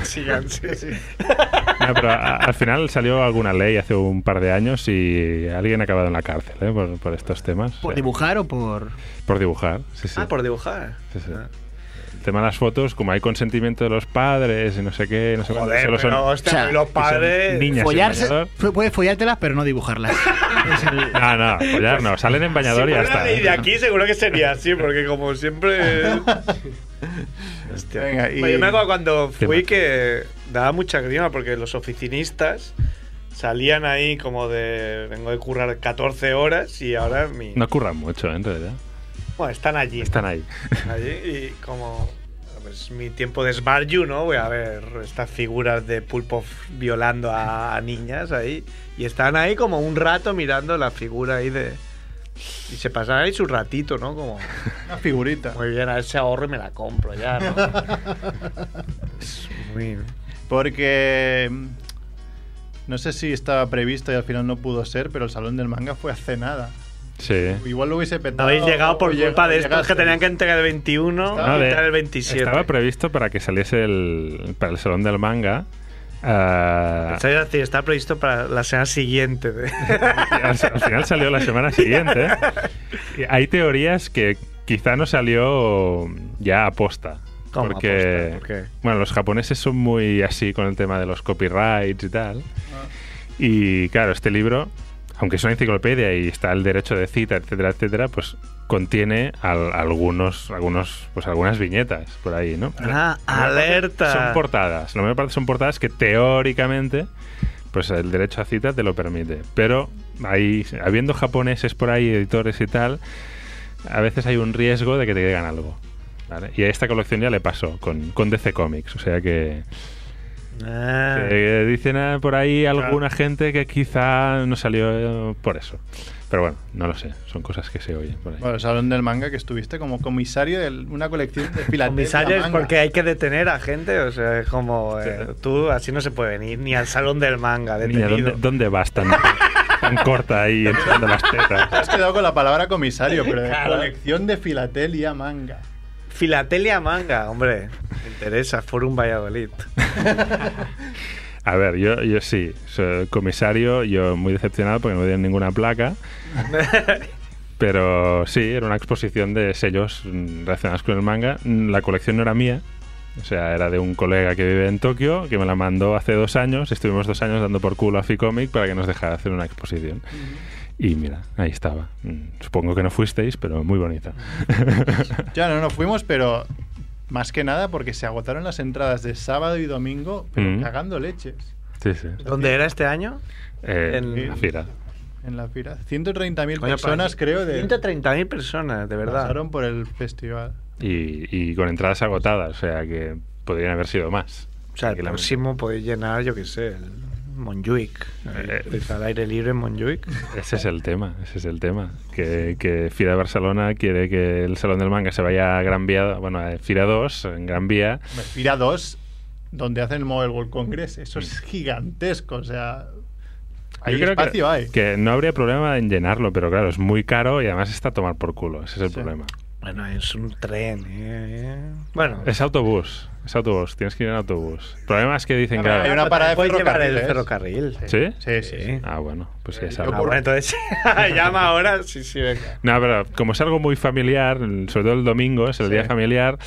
[SPEAKER 2] Sigan, <laughs> sí, sí.
[SPEAKER 7] No, pero a- al final salió alguna ley hace un par de años y alguien ha acabado en la cárcel ¿eh? por, por estos temas.
[SPEAKER 8] ¿Por
[SPEAKER 7] O sea,
[SPEAKER 8] dibujar o por...?
[SPEAKER 7] por dibujar, sí, sí.
[SPEAKER 2] Ah, por dibujar.
[SPEAKER 7] Sí, sí.
[SPEAKER 2] Ah.
[SPEAKER 7] El tema de las fotos, como hay consentimiento de los padres y no sé qué, no sé cuánto,
[SPEAKER 2] Joder,
[SPEAKER 7] solo son-
[SPEAKER 2] pero
[SPEAKER 8] o
[SPEAKER 2] hostia,
[SPEAKER 8] sea,
[SPEAKER 2] los
[SPEAKER 7] son
[SPEAKER 2] padres...
[SPEAKER 7] niñas en
[SPEAKER 8] Follarse,
[SPEAKER 7] bañador.
[SPEAKER 8] pu- puedes follártelas, pero no dibujarlas. Es el-
[SPEAKER 7] No, no, follar no, salen en bañador
[SPEAKER 2] Si
[SPEAKER 7] y ya
[SPEAKER 2] fuera
[SPEAKER 7] está.
[SPEAKER 2] la ley de
[SPEAKER 7] ¿eh?
[SPEAKER 2] aquí seguro que sería así, porque como siempre... Hostia.
[SPEAKER 4] Venga, y-
[SPEAKER 2] Bueno, Yo me acuerdo cuando
[SPEAKER 7] ¿Qué
[SPEAKER 2] fui
[SPEAKER 7] más?
[SPEAKER 2] que daba mucha grima, porque los oficinistas salían ahí como de... Vengo de currar 14 horas y ahora mi...
[SPEAKER 7] No curran mucho, ¿eh? en realidad.
[SPEAKER 2] Bueno, están allí.
[SPEAKER 7] Están ahí.
[SPEAKER 2] allí y como... Pues mi tiempo de Sbarju, ¿no? Voy a ver estas figuras de pulpo violando a, a niñas ahí. Y están ahí como un rato mirando la figura ahí de... Y se pasan ahí su ratito, ¿no? Como...
[SPEAKER 4] Una figurita.
[SPEAKER 2] Muy bien, a ese ahorro y me la compro ya, ¿no? Muy bien.
[SPEAKER 4] Porque mm, no sé si estaba previsto y al final no pudo ser, pero el salón del manga fue hace nada.
[SPEAKER 7] Sí.
[SPEAKER 4] Igual lo hubiese petado.
[SPEAKER 2] Habéis llegado por
[SPEAKER 4] o lleg-
[SPEAKER 2] culpa de estos que
[SPEAKER 4] llegaste.
[SPEAKER 2] tenían que entregar el 21
[SPEAKER 4] Estaba-
[SPEAKER 2] y
[SPEAKER 7] A ver,
[SPEAKER 2] entrar el 27.
[SPEAKER 7] Estaba previsto para que saliese el, para el salón del manga. ah,
[SPEAKER 2] Pensaba decir, está previsto para la semana siguiente. de-
[SPEAKER 7] al, al final salió la semana siguiente. Y Hay teorías que quizá no salió ya aposta. <laughs>
[SPEAKER 2] ¿Cómo
[SPEAKER 7] Porque,
[SPEAKER 2] aposta? ¿Por qué?
[SPEAKER 7] bueno, los japoneses son muy así con el tema de los copyrights y tal. Y claro, este libro, aunque es una enciclopedia y está el derecho de cita, etcétera, etcétera, pues contiene al- algunos, algunos, pues algunas viñetas por ahí, ¿no?
[SPEAKER 2] Ah,
[SPEAKER 7] La mayor parte
[SPEAKER 2] alerta.
[SPEAKER 7] Son portadas. La mayor parte son portadas que teóricamente, pues el derecho a cita te lo permite. Pero ahí, habiendo japoneses por ahí, editores y tal, a veces hay un riesgo de que te digan algo. ¿vale? Y a esta colección ya le pasó con, con DC Comics. O sea que,
[SPEAKER 2] Ah,
[SPEAKER 7] que dicen ah, por ahí alguna gente que quizá no salió eh, por eso. Pero bueno, no lo sé. Son cosas que se oyen por ahí.
[SPEAKER 4] Bueno, el salón del manga que estuviste como comisario de una colección
[SPEAKER 2] <laughs>
[SPEAKER 4] de filatelia
[SPEAKER 2] Comisarios,
[SPEAKER 4] manga.
[SPEAKER 2] porque hay que detener a gente, o sea, es como eh, tú, así no se puede venir ni al salón del manga,
[SPEAKER 7] Niña,
[SPEAKER 2] detenido.
[SPEAKER 7] ¿dónde, ¿dónde vas tan, tan corta ahí enseñando las tetas?
[SPEAKER 4] Te has quedado con la palabra comisario, pero de
[SPEAKER 2] Claro.
[SPEAKER 4] colección de filatelia manga.
[SPEAKER 2] Filatelia manga, hombre, me interesa, Forum Valladolid.
[SPEAKER 7] A ver, yo, yo sí, soy comisario, yo muy decepcionado porque no me dieron ninguna placa. Pero sí, era una exposición de sellos mm, relacionados con el manga. Mm, La colección no era mía, o sea, era de un colega que vive en Tokio, que me la mandó hace dos años. Estuvimos dos años dando por culo a Ficomic para que nos dejara hacer una exposición. Y mira, ahí estaba. Mm, Supongo que no fuisteis, pero muy bonita.
[SPEAKER 4] Ya no nos fuimos, pero más que nada porque se agotaron las entradas de sábado y domingo, pero
[SPEAKER 7] Mm.
[SPEAKER 4] cagando leches
[SPEAKER 7] sí, sí.
[SPEAKER 2] ¿Dónde era este año?
[SPEAKER 7] Eh,
[SPEAKER 2] En-
[SPEAKER 7] Afira.
[SPEAKER 4] en la fila. 130.000
[SPEAKER 2] Coño,
[SPEAKER 4] personas,
[SPEAKER 2] parece-
[SPEAKER 4] creo, de
[SPEAKER 2] 130.000 personas, de verdad.
[SPEAKER 4] pasaron por el festival.
[SPEAKER 7] Y, y con entradas agotadas, o sea que podrían haber sido más.
[SPEAKER 2] O sea, el
[SPEAKER 7] tranquilamente.
[SPEAKER 2] próximo podéis llenar, yo qué sé, el Montjuic. Ahí,
[SPEAKER 7] Eh,
[SPEAKER 2] pues, al aire libre en Montjuic.
[SPEAKER 7] Ese es el tema, ese es el tema. Que, que FIRA Barcelona quiere que el Salón del Manga se vaya a Gran Vía, bueno, a FIRA 2, en Gran Vía.
[SPEAKER 4] Fira 2, donde hacen el Mobile World Congress, eso es gigantesco, o sea, hay
[SPEAKER 7] Yo creo que-
[SPEAKER 4] espacio, hay.
[SPEAKER 7] Que no habría problema en llenarlo, pero claro, es muy caro y además está a tomar por culo, ese es el
[SPEAKER 4] Sí.
[SPEAKER 7] problema.
[SPEAKER 2] Bueno, es un tren. eh, eh. Bueno,
[SPEAKER 7] Es autobús, es autobús, tienes que ir en autobús. El problema es que dicen,
[SPEAKER 4] Claro, hay
[SPEAKER 7] claro...
[SPEAKER 4] una parada de
[SPEAKER 2] puedes llevar el
[SPEAKER 4] ferrocarriles.
[SPEAKER 2] ferrocarril.
[SPEAKER 7] ¿Sí?
[SPEAKER 4] Sí, Eh, sí, sí.
[SPEAKER 7] Ah, bueno, pues ya
[SPEAKER 2] Ah,
[SPEAKER 7] sabes.
[SPEAKER 2] bueno, entonces <laughs> llama ahora. Sí, sí, venga.
[SPEAKER 7] No, pero como es algo muy familiar, sobre todo el domingo, es el día familiar,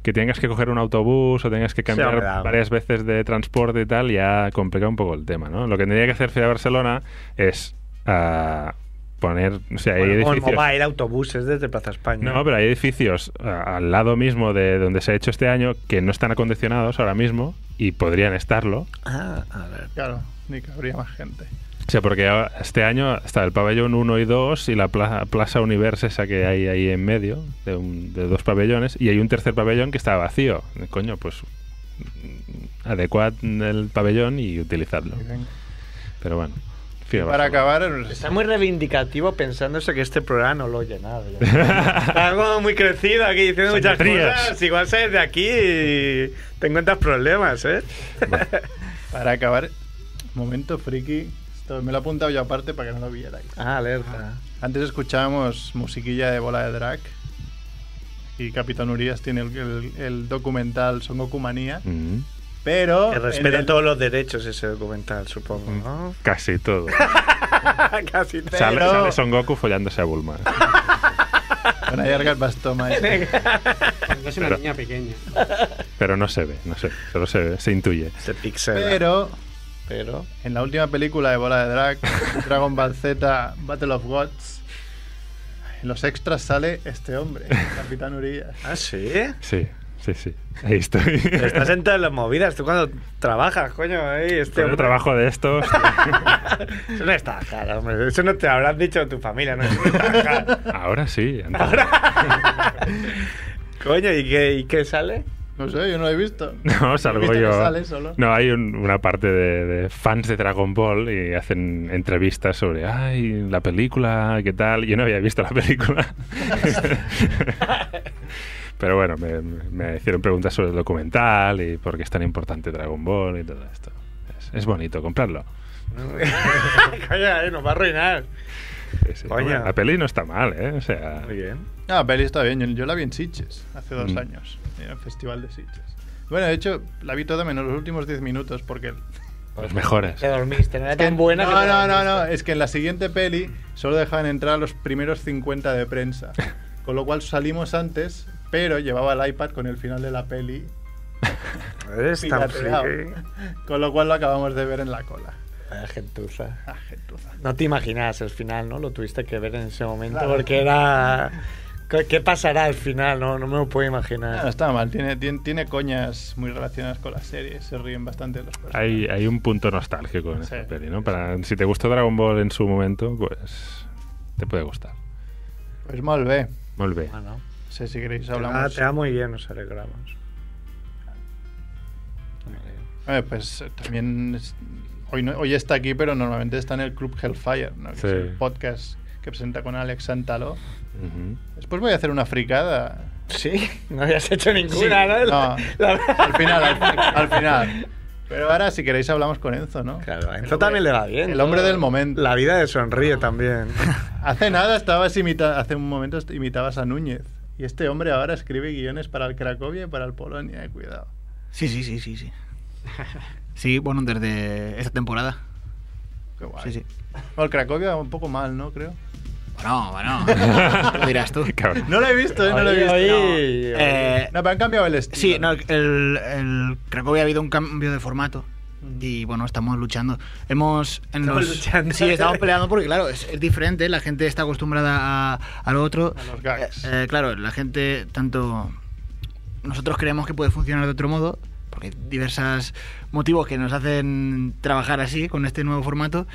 [SPEAKER 7] que tengas que coger un autobús o tengas que cambiar
[SPEAKER 2] hombre, da.
[SPEAKER 7] varias veces de transporte y tal, ya complica un poco el tema, ¿no? Lo que tendría que hacer Ciudad Barcelona es ah, poner, o sea, hay
[SPEAKER 2] Bueno,
[SPEAKER 7] edificios...
[SPEAKER 2] como va a ir autobuses desde Plaza España.
[SPEAKER 7] No, pero hay edificios ah, al lado mismo de donde se ha hecho este año que no están acondicionados ahora mismo y podrían estarlo.
[SPEAKER 2] Ah, a ver.
[SPEAKER 4] Claro, ni que habría más gente.
[SPEAKER 7] O sea, porque ahora- este año está el pabellón 1 y 2 y la plaza, plaza Universe esa que hay ahí en medio, de, un- de dos pabellones, y hay un tercer pabellón que está vacío. Coño, pues mm, adecuad el pabellón y utilizadlo.
[SPEAKER 4] Y venga.
[SPEAKER 7] Pero bueno. en fin,
[SPEAKER 4] Para
[SPEAKER 7] Barcelona.
[SPEAKER 4] acabar,
[SPEAKER 2] Está muy reivindicativo pensándose que este programa no lo he llenado.
[SPEAKER 7] <laughs>
[SPEAKER 2] ya. Está como muy crecido aquí diciendo muchas
[SPEAKER 7] Señorías.
[SPEAKER 2] cosas. Igual sales de aquí y te encuentras problemas, ¿eh?
[SPEAKER 4] para acabar, momento friki, esto me lo he apuntado yo aparte para que no lo vierais.
[SPEAKER 2] Ah, alerta.
[SPEAKER 4] Antes escuchábamos musiquilla de bola de drag. Y Capitán Urias tiene el, el- el documental Son Goku Manía.
[SPEAKER 7] Mm,
[SPEAKER 4] Pero.
[SPEAKER 2] Que
[SPEAKER 4] en
[SPEAKER 2] respeta
[SPEAKER 4] el-
[SPEAKER 2] todos los derechos ese documental, supongo,
[SPEAKER 7] Mm.
[SPEAKER 4] <laughs>
[SPEAKER 2] ¿no?
[SPEAKER 7] casi todo.
[SPEAKER 2] Casi te-
[SPEAKER 7] sale,
[SPEAKER 4] Pero-
[SPEAKER 7] sale Son Goku follándose a Bulma.
[SPEAKER 4] Con allargar el
[SPEAKER 7] <laughs>
[SPEAKER 4] bastón, maestro.
[SPEAKER 3] Porque es una
[SPEAKER 7] Pero-
[SPEAKER 3] niña pequeña.
[SPEAKER 7] Pero no se ve, no se ve, solo se, ve, se intuye.
[SPEAKER 2] Se pixela.
[SPEAKER 4] Pero.
[SPEAKER 2] Pero-
[SPEAKER 4] En la última película de bola de
[SPEAKER 7] <laughs>
[SPEAKER 4] drag, Dragon Ball Z Battle of Gods, en los extras sale este hombre,
[SPEAKER 7] <laughs>
[SPEAKER 4] Capitán Urias.
[SPEAKER 2] Ah, sí.
[SPEAKER 7] Sí, sí, sí. Ahí estoy.
[SPEAKER 2] Pero Estás en todas las movidas. Tú cuando trabajas, coño, ahí,
[SPEAKER 7] <laughs>
[SPEAKER 2] este
[SPEAKER 7] Con un
[SPEAKER 2] hombre-
[SPEAKER 7] trabajo de estos.
[SPEAKER 2] Eso no está claro, hombre. Eso no te lo habrán dicho tu familia, no Eso no está
[SPEAKER 7] <laughs>
[SPEAKER 2] claro.
[SPEAKER 7] Ahora sí. antes-
[SPEAKER 2] Coño, ¿y qué, ¿y qué sale?
[SPEAKER 4] No sé, yo no lo he visto.
[SPEAKER 7] <laughs> No,
[SPEAKER 4] ¿Has
[SPEAKER 7] salgo
[SPEAKER 4] visto que
[SPEAKER 7] yo.
[SPEAKER 4] sale solo?
[SPEAKER 7] No, hay un- una parte de, de fans de Dragon Ball y hacen entrevistas sobre, ay, la película, qué tal. Yo no había visto la película. <laughs> Pero bueno, me, me hicieron preguntas sobre el documental y por qué es tan importante Dragon Ball y todo esto. Es, es bonito, comprarlo.
[SPEAKER 9] <laughs>
[SPEAKER 2] Calla, eh, nos va a arruinar. Coño.
[SPEAKER 7] la peli no está mal, ¿eh? O sea,
[SPEAKER 2] Muy bien.
[SPEAKER 4] Ah, la peli está bien. Yo, yo la vi en Sitges hace dos
[SPEAKER 7] Mm.
[SPEAKER 4] años, en el Festival de Sitges. Bueno, de hecho, la vi toda menos los últimos 10 minutos porque...
[SPEAKER 7] los mejores.
[SPEAKER 9] Te dormiste, no era
[SPEAKER 4] que-
[SPEAKER 9] tan buena. que
[SPEAKER 4] no,
[SPEAKER 9] te
[SPEAKER 4] no, no,
[SPEAKER 9] dormiste.
[SPEAKER 4] no. Es que en la siguiente peli solo dejaban entrar a los primeros 50 de prensa. Con lo cual salimos antes, pero llevaba el iPad con el final de la
[SPEAKER 2] <laughs>
[SPEAKER 4] peli.
[SPEAKER 2] Eres tan
[SPEAKER 4] pirateado.
[SPEAKER 2] friki.
[SPEAKER 4] Con lo cual lo acabamos de ver en la cola.
[SPEAKER 9] Vaya gentuza.
[SPEAKER 4] Ah, gentuza.
[SPEAKER 9] No te imaginas el final, ¿no? Lo tuviste que ver en ese momento
[SPEAKER 4] Claro.
[SPEAKER 9] porque era... ¿Qué- ¿Qué pasará al final? No, no me lo puedo
[SPEAKER 4] Ah, No
[SPEAKER 9] imaginar.
[SPEAKER 4] está mal, tiene, tiene, tiene coñas muy relacionadas con la serie, se ríen bastante de los personajes.
[SPEAKER 7] Hay, hay un punto nostálgico en
[SPEAKER 4] Sí.
[SPEAKER 7] esta peli, ¿no? Para, si te gustó Dragon Ball en su momento, pues te puede gustar.
[SPEAKER 4] Pues molt bé.
[SPEAKER 7] Muy bien.
[SPEAKER 9] Bueno,
[SPEAKER 4] No sé si queréis
[SPEAKER 2] Ah,
[SPEAKER 4] hablamos.
[SPEAKER 2] te va muy bien, nos alegramos.
[SPEAKER 4] Eh, pues eh, también es- hoy, no- hoy está aquí, pero normalmente está en el Club Hellfire, ¿no? que
[SPEAKER 7] Sí.
[SPEAKER 4] es el podcast que presenta con Alex Santaló.
[SPEAKER 7] Ujú.
[SPEAKER 4] Después voy a hacer una fricada.
[SPEAKER 9] sí, no habías hecho ninguna, ¿no?
[SPEAKER 4] No,
[SPEAKER 9] La-
[SPEAKER 4] al final, al, al final. Pero ahora, si queréis, hablamos con Enzo, ¿no?
[SPEAKER 2] Claro, a Enzo
[SPEAKER 4] El hombre-
[SPEAKER 2] también le va bien.
[SPEAKER 4] El hombre del momento.
[SPEAKER 2] La vida de sonríe
[SPEAKER 4] <laughs>
[SPEAKER 2] también.
[SPEAKER 4] Hace nada estabas imita hace un momento est- imitabas a Núñez. Y este hombre ahora escribe guiones para el Cracovia y para el Polonia, eh, cuidado.
[SPEAKER 8] Sí, sí, sí, sí, sí. Sí, bueno, desde esta temporada.
[SPEAKER 4] Qué guay.
[SPEAKER 8] Sí, sí.
[SPEAKER 4] Bueno, el Cracovia un poco mal, ¿no? Creo.
[SPEAKER 8] Bueno, bueno. Lo dirás tú.
[SPEAKER 7] Cabrón.
[SPEAKER 4] No lo he visto, ¿eh? No lo he
[SPEAKER 9] Oye,
[SPEAKER 4] visto.
[SPEAKER 9] oye.
[SPEAKER 4] No.
[SPEAKER 8] Eh,
[SPEAKER 4] No, pero han cambiado el estilo.
[SPEAKER 8] sí, no, el, el Cracovia ha habido un cambio de formato. Y bueno, estamos luchando. Hemos. En
[SPEAKER 2] Estamos
[SPEAKER 8] los-
[SPEAKER 2] luchando.
[SPEAKER 8] Sí, estamos peleando porque, claro, es, es diferente. La gente está acostumbrada a, a lo otro.
[SPEAKER 4] A los gags.
[SPEAKER 8] Eh, eh, claro, la gente, tanto. Nosotros creemos que puede funcionar de otro modo, porque hay diversos motivos que nos hacen trabajar así, con este nuevo formato.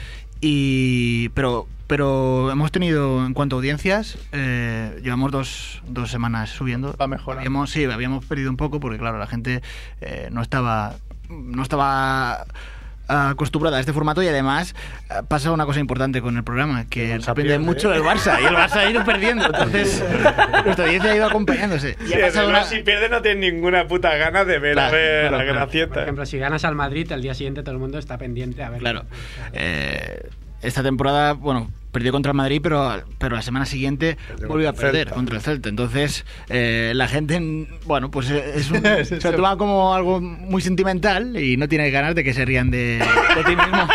[SPEAKER 8] Y, pero, pero hemos tenido, en cuanto a audiencias, eh, llevamos dos, dos semanas subiendo.
[SPEAKER 4] Va mejorando.
[SPEAKER 8] Habíamos, sí, habíamos perdido un poco porque, claro, la gente eh, no estaba. No estaba acostumbrada a este formato y además eh, pasa una cosa importante con el programa que
[SPEAKER 2] Barça
[SPEAKER 8] depende
[SPEAKER 2] pierde.
[SPEAKER 8] mucho del Barça y el Barça ha ido perdiendo entonces nuestra audiencia ha ido acompañándose y ha pasado una-
[SPEAKER 2] Si pierde no tiene ninguna puta gana de ver
[SPEAKER 8] Claro,
[SPEAKER 2] a ver
[SPEAKER 8] claro,
[SPEAKER 2] la
[SPEAKER 8] claro.
[SPEAKER 2] gracieta.
[SPEAKER 3] Por ejemplo, si ganas al Madrid, al día siguiente todo el mundo está pendiente a ver.
[SPEAKER 8] Claro. Eh, esta temporada, bueno, perdió contra el Madrid, pero, pero la semana siguiente volvió a
[SPEAKER 2] contra el
[SPEAKER 8] perder
[SPEAKER 2] Celta.
[SPEAKER 8] contra el Celta. Entonces, eh, la gente, mm, bueno, pues eh, es
[SPEAKER 2] <laughs>
[SPEAKER 8] un-
[SPEAKER 4] Es
[SPEAKER 8] se
[SPEAKER 4] eso.
[SPEAKER 8] lo toma como algo muy sentimental y no tiene ganas de que se rían de, de ti
[SPEAKER 2] <laughs>
[SPEAKER 8] mismo.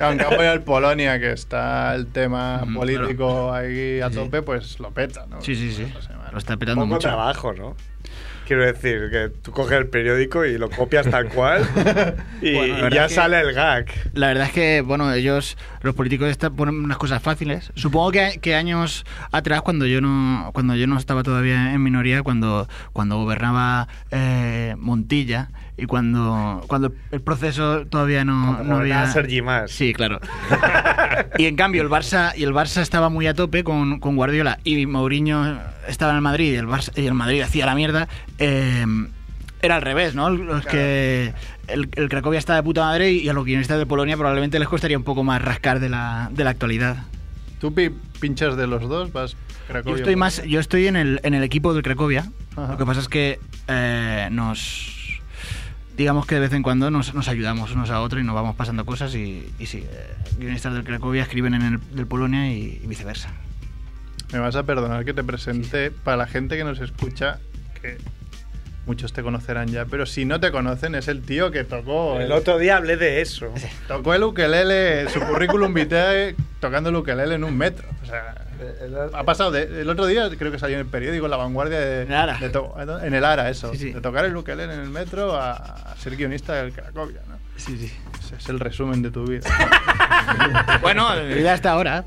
[SPEAKER 4] En cambio, en el Polonia, que está el tema
[SPEAKER 8] Mm,
[SPEAKER 4] político ahí a
[SPEAKER 8] Sí, sí.
[SPEAKER 4] tope, pues lo peta, ¿no?
[SPEAKER 8] Sí, sí, sí.
[SPEAKER 4] No sé, mal.
[SPEAKER 8] Lo está petando
[SPEAKER 2] Poco
[SPEAKER 8] mucho.
[SPEAKER 2] trabajo, ¿no? Quiero decir, que tú coges el periódico y lo copias tal cual y,
[SPEAKER 8] <laughs> Bueno, la
[SPEAKER 2] y
[SPEAKER 8] verdad
[SPEAKER 2] ya
[SPEAKER 8] es que-
[SPEAKER 2] sale el gag.
[SPEAKER 8] La verdad es que, bueno, ellos, los políticos, esta- ponen unas cosas fáciles. Supongo que, que años atrás, cuando yo no cuando yo no estaba todavía en minoría, cuando, cuando gobernaba eh, Montilla y cuando, cuando el proceso todavía no, no
[SPEAKER 2] Como
[SPEAKER 8] había...
[SPEAKER 2] a Sergi más.
[SPEAKER 8] Sí, claro. <laughs> y en cambio el Barça y el Barça estaba muy a tope con, con Guardiola y Mourinho estaba en el Madrid y el Barça y el Madrid hacía la mierda. eh, era al revés, ¿no? Los que el, el Cracovia está de puta madre y a los guionistas de Polonia probablemente les costaría un poco más rascar de la, de la actualidad.
[SPEAKER 4] Tú pi- pinchas de los dos, vas Cracovia.
[SPEAKER 8] Yo estoy más, yo estoy en el, en el equipo del Cracovia.
[SPEAKER 4] Ajá.
[SPEAKER 8] Lo que pasa es que eh, nos digamos que de vez en cuando nos, nos ayudamos unos a otros y nos vamos pasando cosas y, y sí, eh, guionistas del Cracovia escriben en el del Polonia y, y viceversa.
[SPEAKER 4] Me vas a perdonar que te presente para la gente que nos escucha, que muchos te conocerán ya, pero si no te conocen, es el tío que tocó
[SPEAKER 2] El otro día hablé de eso.
[SPEAKER 4] Tocó el ukelele, su currículum vitae tocando el ukelele en un metro. O sea, ha pasado de- el otro día, creo que salió en el periódico La Vanguardia de,
[SPEAKER 8] En el Ara.
[SPEAKER 4] de to- en el Ara, eso,
[SPEAKER 8] Sí, sí.
[SPEAKER 4] de tocar el ukelele en el metro a, a ser guionista del Cracovia, ¿no?
[SPEAKER 8] Sí, sí.
[SPEAKER 4] Ese es el resumen de tu vida.
[SPEAKER 8] <laughs> Bueno, mi vida hasta ahora.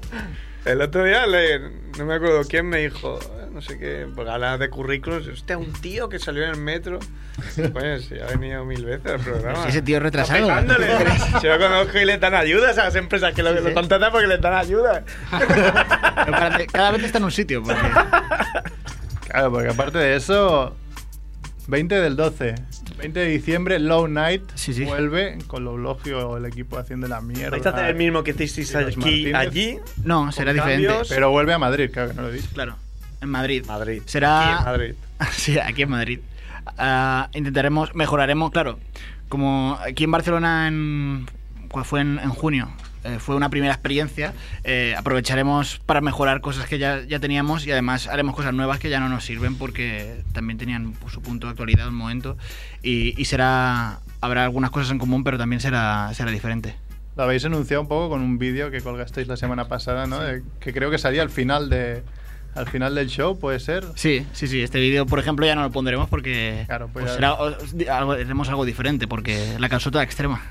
[SPEAKER 2] El otro día, le- no me acuerdo quién me dijo, eh, no sé qué, porque hablaba de currículos. Hostia, un tío que salió en
[SPEAKER 8] <laughs>
[SPEAKER 2] el metro. Bueno, sí, ha venido mil veces al programa.
[SPEAKER 8] Si ese tío es retrasado.
[SPEAKER 2] Pegándole.
[SPEAKER 8] <laughs>
[SPEAKER 2] Si lo conozco y le dan ayudas a las empresas que lo, lo contratan porque le dan ayudas.
[SPEAKER 8] Pero espérate, Cada vez está en un sitio. Porque...
[SPEAKER 4] Claro, porque aparte de eso, 20 del 12, 20 de diciembre, Low Night
[SPEAKER 8] Sí, sí.
[SPEAKER 4] vuelve con lo blogio, el equipo haciendo la mierda.
[SPEAKER 2] Vais a hacer el mismo que hicisteis
[SPEAKER 4] Y los
[SPEAKER 2] aquí,
[SPEAKER 4] Martínez.
[SPEAKER 2] allí.
[SPEAKER 8] No, será
[SPEAKER 2] Con
[SPEAKER 8] diferente.
[SPEAKER 2] cambios.
[SPEAKER 4] Pero vuelve a Madrid, claro que no lo he dicho.
[SPEAKER 8] Claro, en Madrid.
[SPEAKER 2] Madrid.
[SPEAKER 8] Será-
[SPEAKER 2] Aquí, Madrid.
[SPEAKER 8] <laughs> Sí, aquí en Madrid. Ah, intentaremos, mejoraremos, claro. Como aquí en Barcelona, en, ¿cuál fue en, en junio? eh, fue una primera experiencia. eh, aprovecharemos para mejorar cosas que ya, ya teníamos y además haremos cosas nuevas que ya no nos sirven porque también tenían pues, su punto de actualidad en un momento. Y, y será habrá algunas cosas en común, pero también será, será diferente.
[SPEAKER 4] Lo habéis anunciado un poco con un vídeo que colgasteis la semana pasada, ¿no? Eh, que creo que salía al final de al final del show, puede ser.
[SPEAKER 8] Sí, sí, sí. Este vídeo, por ejemplo, ya no lo pondremos porque
[SPEAKER 4] Claro, pues
[SPEAKER 8] pues
[SPEAKER 4] ya-
[SPEAKER 8] será- os- di- algo, haremos algo diferente porque la calzota extrema.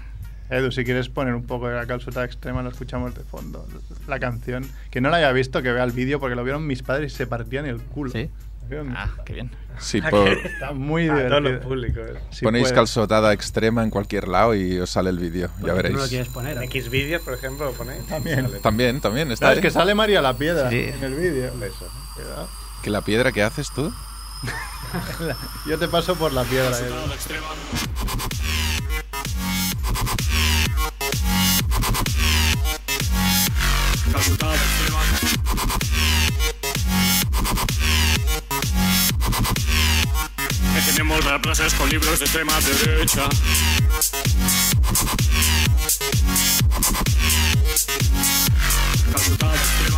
[SPEAKER 4] Edu, si quieres poner un poco de la calzota extrema, lo escuchamos de fondo. La canción. Que no la haya visto, que vea el vídeo, porque lo vieron mis padres y se partían el culo.
[SPEAKER 8] ¿Sí?
[SPEAKER 4] Lo vieron-
[SPEAKER 8] Ah, qué bien.
[SPEAKER 2] <laughs>
[SPEAKER 1] Si por-
[SPEAKER 4] Está muy
[SPEAKER 2] A
[SPEAKER 4] divertido.
[SPEAKER 2] Ah, todos los públicos.
[SPEAKER 4] Si
[SPEAKER 1] ponéis
[SPEAKER 4] puedes.
[SPEAKER 1] calzotada extrema en cualquier lado y os sale el vídeo, ya
[SPEAKER 3] Porque tú no lo quieres
[SPEAKER 1] veréis.
[SPEAKER 3] poner.
[SPEAKER 2] En
[SPEAKER 3] ¿eh?
[SPEAKER 2] X vídeos, por ejemplo, lo ponéis.
[SPEAKER 4] También.
[SPEAKER 2] Sale.
[SPEAKER 1] También, también está.
[SPEAKER 4] Sabes
[SPEAKER 1] ¿eh?
[SPEAKER 4] que sale María la Piedra
[SPEAKER 8] Sí.
[SPEAKER 4] en el vídeo. Cuidado.
[SPEAKER 1] Que la piedra que haces tú.
[SPEAKER 4] Yo te paso por la piedra. eh. Edu.
[SPEAKER 10] Que tenemos las plazas con libros de extrema derecha. Calcutada extrema.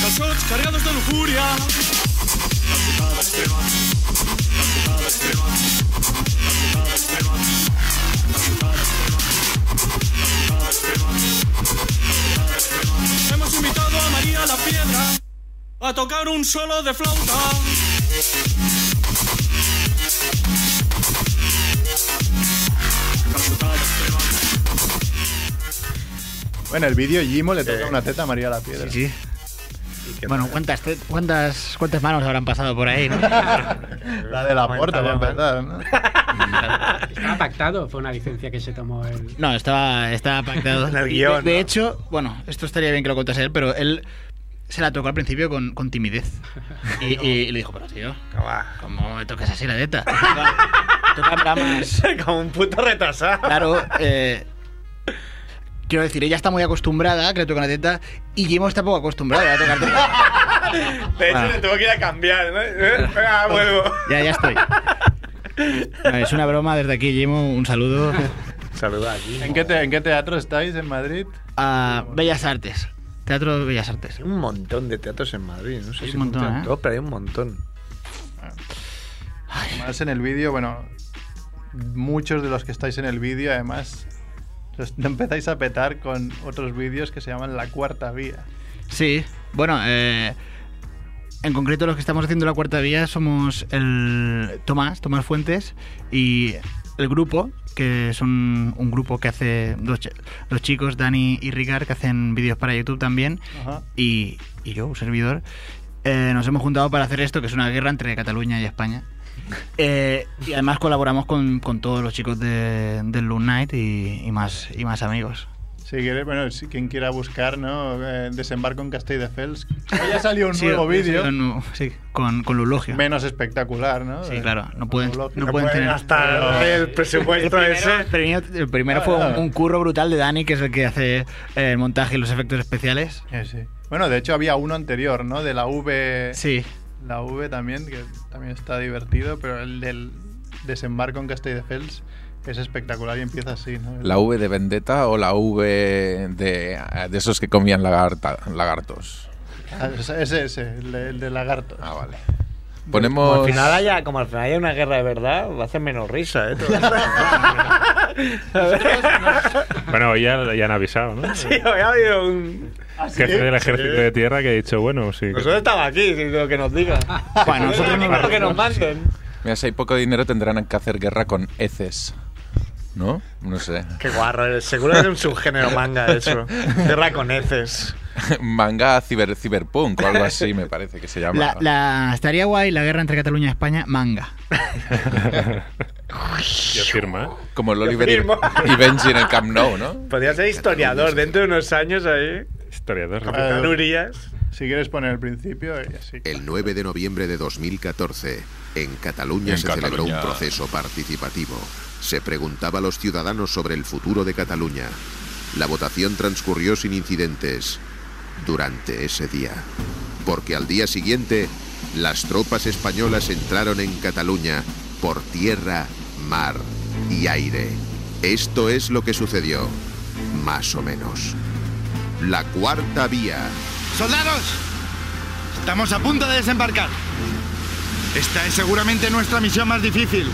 [SPEAKER 10] Calzots cargados de lujuria. Calcutada extrema. Calcutada extrema. Calcutada extrema. Calcutada extrema. Calcutada extrema. Hemos invitado a María la Piedra a tocar un solo de flauta.
[SPEAKER 4] Bueno, el vídeo Jimo le toca una teta a María la Piedra.
[SPEAKER 8] Sí. Bueno, ¿cuántas, te- cuántas, ¿cuántas manos habrán pasado por ahí? ¿no?
[SPEAKER 4] La de la puerta, para empezar, ¿no?
[SPEAKER 3] ¿Estaba pactado? ¿Fue una licencia que se tomó el.?
[SPEAKER 8] No, estaba, estaba pactado.
[SPEAKER 2] <laughs> En el
[SPEAKER 8] Y
[SPEAKER 2] guión,
[SPEAKER 8] de, de
[SPEAKER 2] ¿no?
[SPEAKER 8] hecho, bueno, esto estaría bien que lo contase él, pero él se la tocó al principio con, con timidez. Y, y- y le dijo, pero tío, ¿cómo me tocas así la deta? Toca más.
[SPEAKER 2] Como <laughs> un puto retrasado.
[SPEAKER 8] Claro, eh, quiero decir, ella está muy acostumbrada a que le toquen la teta y Jimo está poco acostumbrado a tocar teta.
[SPEAKER 2] <laughs> De hecho,
[SPEAKER 8] Bueno.
[SPEAKER 2] le tuvo que ir a cambiar, ¿no? <laughs> Ah, vuelvo.
[SPEAKER 8] Ya, ya estoy. Bueno, es una broma desde aquí, Jimo, un saludo
[SPEAKER 2] Saluda aquí.
[SPEAKER 4] ¿En qué, te- en qué teatro estáis en Madrid?
[SPEAKER 8] a Bellas Artes, Teatro de Bellas Artes.
[SPEAKER 2] Hay un montón de teatros en Madrid. No sé
[SPEAKER 8] Hay
[SPEAKER 2] si
[SPEAKER 8] un montón,
[SPEAKER 2] contar
[SPEAKER 8] ¿eh?
[SPEAKER 2] todo, pero hay un montón.
[SPEAKER 4] Además, en el vídeo, bueno, muchos de los que estáis en el vídeo, además, os empezáis a petar con otros vídeos que se llaman La Cuarta Vía.
[SPEAKER 8] Sí, bueno, eh, en concreto los que estamos haciendo la cuarta vía somos el Tomás, Tomás Fuentes y el grupo, que son un grupo que hace dos, ch- dos chicos, Dani y Ricard, que hacen vídeos para YouTube también,
[SPEAKER 4] Ajá.
[SPEAKER 8] y, y yo, un servidor, eh, nos hemos juntado para hacer esto, que es una guerra entre Cataluña y España. Eh, y además colaboramos con, con todos los chicos de- del Loon Night y, y más, y más amigos.
[SPEAKER 4] Si quiere, bueno, si quien quiera buscar, ¿no? Eh, desembarco en Castelldefels. Ya salió un
[SPEAKER 8] Sí,
[SPEAKER 4] nuevo vídeo,
[SPEAKER 8] Con, sí, con, con Lulogio.
[SPEAKER 4] menos espectacular, ¿no? Eh,
[SPEAKER 8] Sí, claro, no pueden-
[SPEAKER 4] Como
[SPEAKER 8] no
[SPEAKER 4] lo-
[SPEAKER 8] pueden tener-
[SPEAKER 2] gastar el presupuesto
[SPEAKER 8] Primero,
[SPEAKER 2] ese.
[SPEAKER 8] el primero, el primero
[SPEAKER 4] Ah,
[SPEAKER 8] fue un,
[SPEAKER 4] nada.
[SPEAKER 8] un curro brutal de Dani, que es el que hace eh, el montaje y los efectos especiales.
[SPEAKER 4] Eh, sí. Bueno, de hecho había uno anterior, ¿no? De la V.
[SPEAKER 8] Sí,
[SPEAKER 4] La V también, que también está divertido, pero el del desembarco en Castelldefels es espectacular y empieza así, ¿no?
[SPEAKER 1] ¿La V de Vendetta o la V de, de esos que comían lagarta- lagartos?
[SPEAKER 4] Ah, es- es ese, el de, el de lagarto.
[SPEAKER 1] Ah, vale.
[SPEAKER 2] Como al
[SPEAKER 1] Ponemos.
[SPEAKER 2] final haya, como al final haya una guerra de verdad, va a hacer menos risa, ¿eh? <laughs>
[SPEAKER 7] Bueno, ya, ya han avisado, ¿no?
[SPEAKER 2] sí, había habido un...
[SPEAKER 7] Jefe del ejército de tierra que ha dicho, bueno, sí.
[SPEAKER 2] Nosotros estamos aquí, si lo que nos digan.
[SPEAKER 8] Bueno, nosotros
[SPEAKER 2] Aquí
[SPEAKER 8] no
[SPEAKER 2] con lo que
[SPEAKER 8] partimos,
[SPEAKER 2] nos manden.
[SPEAKER 1] Mira, si hay poco dinero tendrán que hacer guerra con heces. ¿No? No sé.
[SPEAKER 2] Qué guarro eres. Seguro que es un subgénero manga eso. Guerra con heces.
[SPEAKER 1] <laughs> Manga ciber, ciberpunk o algo así, me parece que se llama.
[SPEAKER 8] la, la- estaría guay la guerra entre Cataluña y España, manga.
[SPEAKER 7] Yo firma.
[SPEAKER 1] Como el Oliver y-
[SPEAKER 2] firmo.
[SPEAKER 1] y Benji en el Camp Nou, ¿no?
[SPEAKER 2] Podría ser historiador dentro de unos años ahí.
[SPEAKER 7] Historiador.
[SPEAKER 4] Ah,
[SPEAKER 2] Capitán Urias.
[SPEAKER 4] Si quieres poner el principio, eh, y así.
[SPEAKER 11] El 9 de noviembre de 2014, en Cataluña
[SPEAKER 1] En
[SPEAKER 11] se celebró
[SPEAKER 1] Cataluña.
[SPEAKER 11] un proceso participativo. Se preguntaba a los ciudadanos sobre el futuro de Cataluña. La votación transcurrió sin incidentes. durante ese día. Porque al día siguiente, las tropas españolas entraron en Cataluña por tierra, mar y aire. Esto es lo que sucedió, más o menos. La cuarta vía.
[SPEAKER 12] ¡Soldados! Estamos a punto de desembarcar. Esta es seguramente nuestra misión más difícil.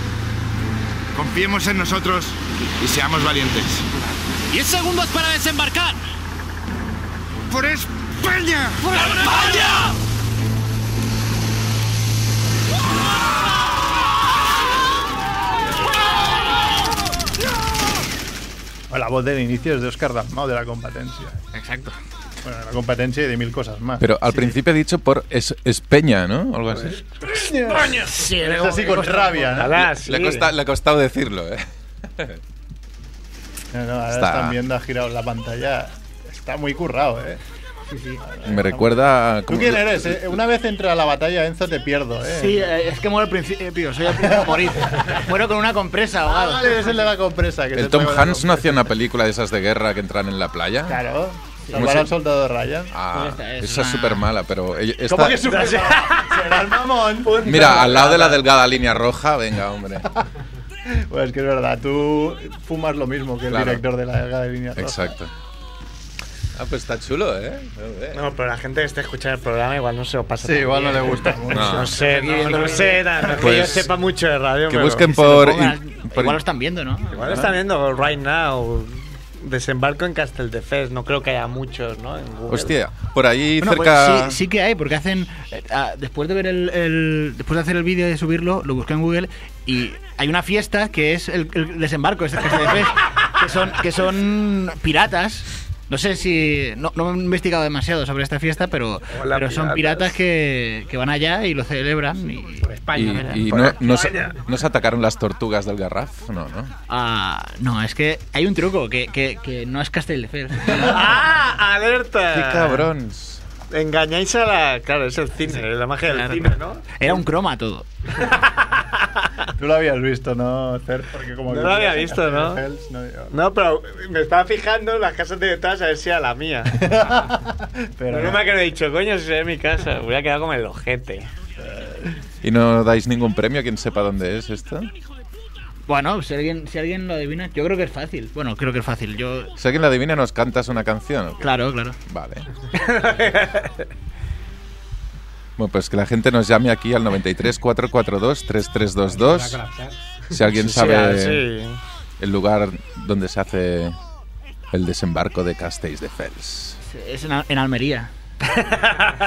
[SPEAKER 12] Confiemos en nosotros y seamos valientes.
[SPEAKER 10] ¡10 segundos para desembarcar!
[SPEAKER 12] ¡Por España!
[SPEAKER 10] ¡Por España!
[SPEAKER 4] La voz del inicio es de Oscar Dalmau de la competencia.
[SPEAKER 12] Exacto.
[SPEAKER 4] Bueno, de la competencia y de mil cosas más.
[SPEAKER 1] Pero al principio he dicho por es, Espeña, ¿no? Algo así.
[SPEAKER 4] ¡España! es así con rabia, ¿no?
[SPEAKER 1] Le- le, ha costa- le ha costado decirlo, ¿eh?
[SPEAKER 4] No, no, ahora
[SPEAKER 1] Está-
[SPEAKER 4] están viendo, ha girado la pantalla. Está muy currado, ¿eh?
[SPEAKER 1] Me recuerda... a
[SPEAKER 4] ¿Tú
[SPEAKER 1] como-
[SPEAKER 4] quién eres? eh? Una vez entra la batalla, Enzo, te pierdo, ¿eh?
[SPEAKER 8] Sí, eh, es que muero al principio, soy el primero a <laughs> morir. Muero con una compresa,
[SPEAKER 4] Ah,
[SPEAKER 8] ahogado.
[SPEAKER 4] vale, es el de la compresa. Que
[SPEAKER 1] ¿El
[SPEAKER 4] se
[SPEAKER 1] Tom
[SPEAKER 4] pega la
[SPEAKER 1] Hanks no hacía una película de esas de guerra que entran en la playa?
[SPEAKER 4] Claro.
[SPEAKER 1] Sí.
[SPEAKER 4] Salvar al soldado Ryan.
[SPEAKER 1] Ah,
[SPEAKER 4] Esta es
[SPEAKER 1] esa es
[SPEAKER 4] una-
[SPEAKER 1] súper mala, pero... ella- esta-
[SPEAKER 4] ¿Cómo que
[SPEAKER 1] <laughs>
[SPEAKER 4] super Será el mamón.
[SPEAKER 1] Mira, al lado de la delgada línea roja, venga, hombre.
[SPEAKER 4] Pues es que es verdad, tú fumas lo mismo que el
[SPEAKER 1] Claro.
[SPEAKER 4] director de la delgada línea roja.
[SPEAKER 1] Exacto. Ah, pues está chulo, ¿eh? Joder.
[SPEAKER 2] No, pero la gente que está escuchando el programa igual no se lo pasa.
[SPEAKER 4] Sí,
[SPEAKER 2] tan
[SPEAKER 4] igual no
[SPEAKER 2] bien.
[SPEAKER 4] le gusta mucho.
[SPEAKER 1] <laughs>
[SPEAKER 2] No,
[SPEAKER 1] No.
[SPEAKER 2] sé, no, no sé, nada, no es
[SPEAKER 1] Ah.
[SPEAKER 2] que
[SPEAKER 1] Pues
[SPEAKER 2] yo sepa mucho de radio.
[SPEAKER 1] que
[SPEAKER 2] pero-
[SPEAKER 1] busquen por- in- por in-
[SPEAKER 8] Igual lo están viendo, ¿no?
[SPEAKER 2] Igual lo están viendo right now. Desembarco en Casteldefels, no creo que haya muchos, ¿no? En Google.
[SPEAKER 1] Hostia, por ahí
[SPEAKER 8] Bueno, pues
[SPEAKER 1] cerca...
[SPEAKER 8] sí, sí que hay, porque hacen. eh, ah, después de ver el, el- Después de hacer el vídeo y de subirlo, lo busqué en Google y hay una fiesta que es el, el desembarco, este es el GSDF, que son, que son piratas. No sé si. No, no he investigado demasiado sobre esta fiesta, pero,
[SPEAKER 13] Hola,
[SPEAKER 8] pero
[SPEAKER 13] piratas.
[SPEAKER 8] son piratas que, que van allá y lo celebran. Y,
[SPEAKER 1] Y, y no, no se, no se atacaron las tortugas del Garraf, no, ¿no?
[SPEAKER 8] Ah, no, es que hay un truco que, que, que no es Castelldefels.
[SPEAKER 2] ¡Ah! ¡Alerta!
[SPEAKER 1] ¡Qué cabrones!
[SPEAKER 2] Engañáis a la. Claro, es el cine, es la magia del
[SPEAKER 8] Claro.
[SPEAKER 2] cine, ¿no?
[SPEAKER 8] Era un croma todo.
[SPEAKER 4] Tú lo habías visto, ¿no, Cer? Porque como
[SPEAKER 2] No
[SPEAKER 4] que
[SPEAKER 2] lo había
[SPEAKER 4] vivías en
[SPEAKER 2] visto, ¿no?
[SPEAKER 4] Castelldefels, no,
[SPEAKER 2] <laughs>
[SPEAKER 4] yo-
[SPEAKER 2] No, pero me estaba fijando en las casas de detrás a ver si era
[SPEAKER 1] <laughs>
[SPEAKER 2] la mía.
[SPEAKER 4] Pero
[SPEAKER 2] Pero no me ha quedado dicho, coño, si es mi casa. Voy a quedar como el ojete.
[SPEAKER 1] ¿Y no dais ningún premio a quien sepa dónde es esto?
[SPEAKER 8] Bueno, si alguien, si alguien lo adivina, yo creo que es fácil. Bueno, creo que es fácil. Yo.
[SPEAKER 1] Si alguien la adivina, nos cantas una canción. ¿o qué?
[SPEAKER 8] Claro, claro.
[SPEAKER 2] <laughs>
[SPEAKER 1] Vale. Bueno, pues que la gente nos llame aquí al 93 442 3322. Si alguien
[SPEAKER 2] Sí, ah,
[SPEAKER 1] sabe
[SPEAKER 2] sí.
[SPEAKER 1] el lugar donde se hace el desembarco de Castells de Fels.
[SPEAKER 8] Es en, Al- en Almería.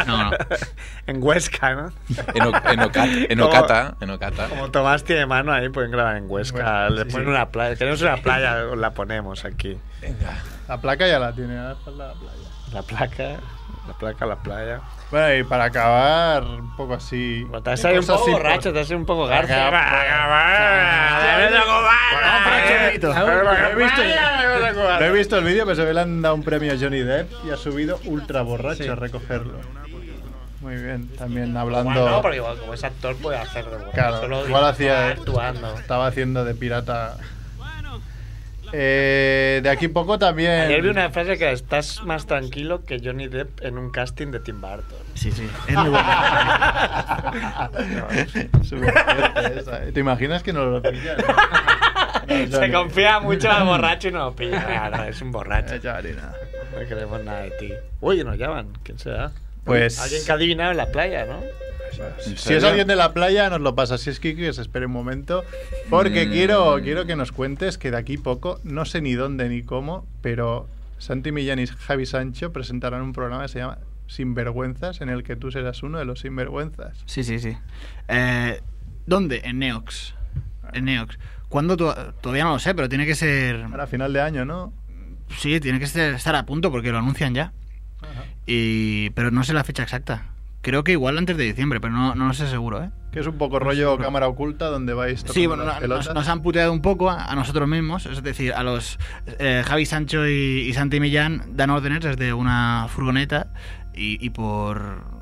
[SPEAKER 8] No, no.
[SPEAKER 2] ah, <laughs> En Huesca, ¿no?
[SPEAKER 1] En, O- en Oca- en
[SPEAKER 2] Como-
[SPEAKER 1] Ocata, en Ocata.
[SPEAKER 2] Como Tomás tiene mano ahí, pueden grabar en Huesca. Le ponen una playa. Tenemos una playa, os la ponemos aquí.
[SPEAKER 4] La placa ya la tiene, ahora está la playa.
[SPEAKER 2] La placa, la placa, la playa.
[SPEAKER 4] Bueno, y para acabar, un poco así.
[SPEAKER 2] Te has salido un
[SPEAKER 4] cosas
[SPEAKER 2] poco
[SPEAKER 4] así por-
[SPEAKER 2] borracho, te has salido un poco garza.
[SPEAKER 4] He visto- No he visto el vídeo, pero se ve le han dado un premio a Johnny Depp y ha subido ultra borracho a recogerlo. Muy bien, también hablando.
[SPEAKER 2] Igual no, porque igual como es actor puede hacer de bueno.
[SPEAKER 4] Claro,
[SPEAKER 2] Solo
[SPEAKER 4] igual
[SPEAKER 2] está
[SPEAKER 4] hacía.
[SPEAKER 2] actuando.
[SPEAKER 4] Estaba haciendo de pirata. Eh, de aquí poco también.
[SPEAKER 2] Ayer
[SPEAKER 4] <laughs>
[SPEAKER 2] vi una frase que estás más tranquilo que Johnny Depp en un casting de Tim Burton. <laughs>
[SPEAKER 8] Sí, sí. Es muy bueno.
[SPEAKER 4] Súper fuerte esa, ¿eh? ¿Te imaginas que no lo
[SPEAKER 2] <laughs>
[SPEAKER 4] pillan? No,
[SPEAKER 2] Se
[SPEAKER 4] Johnny.
[SPEAKER 2] confía mucho al borracho y no lo pilla. <laughs> Claro, es un borracho.
[SPEAKER 4] Eh, Johnny, nada.
[SPEAKER 2] No queremos nada de ti. Uy, nos llaman. ¿Quién será?
[SPEAKER 4] Pues-
[SPEAKER 2] Alguien que ha adivinado en la playa, ¿no?
[SPEAKER 4] Si es alguien de la playa, nos lo pasa. Si es Kiki, que se espere un momento. Porque
[SPEAKER 1] Mm.
[SPEAKER 4] quiero, quiero que nos cuentes que de aquí poco, no sé ni dónde ni cómo, pero Santi Millán y Javi Sancho presentarán un programa que se llama Sinvergüenzas, en el que tú serás uno de los sinvergüenzas.
[SPEAKER 8] Sí, sí, sí. Eh, ¿Dónde? En Neox. En Neox. ¿Cuándo? To- Todavía no lo sé, pero tiene que ser.
[SPEAKER 4] Ahora, a final de año, ¿no?
[SPEAKER 8] Sí, tiene que ser- estar a punto porque lo anuncian ya. Y, pero no sé la fecha exacta. Creo que igual antes de diciembre, pero no, no lo sé seguro, ¿eh?
[SPEAKER 4] Que es un poco rollo cámara oculta donde vais tocando
[SPEAKER 8] Sí, bueno,
[SPEAKER 4] las
[SPEAKER 8] no-
[SPEAKER 4] pelotas.
[SPEAKER 8] nos, nos han puteado un poco a, a nosotros mismos, es decir, a los eh, Javi Sancho y, y Santi Millán dan órdenes desde una furgoneta y, y por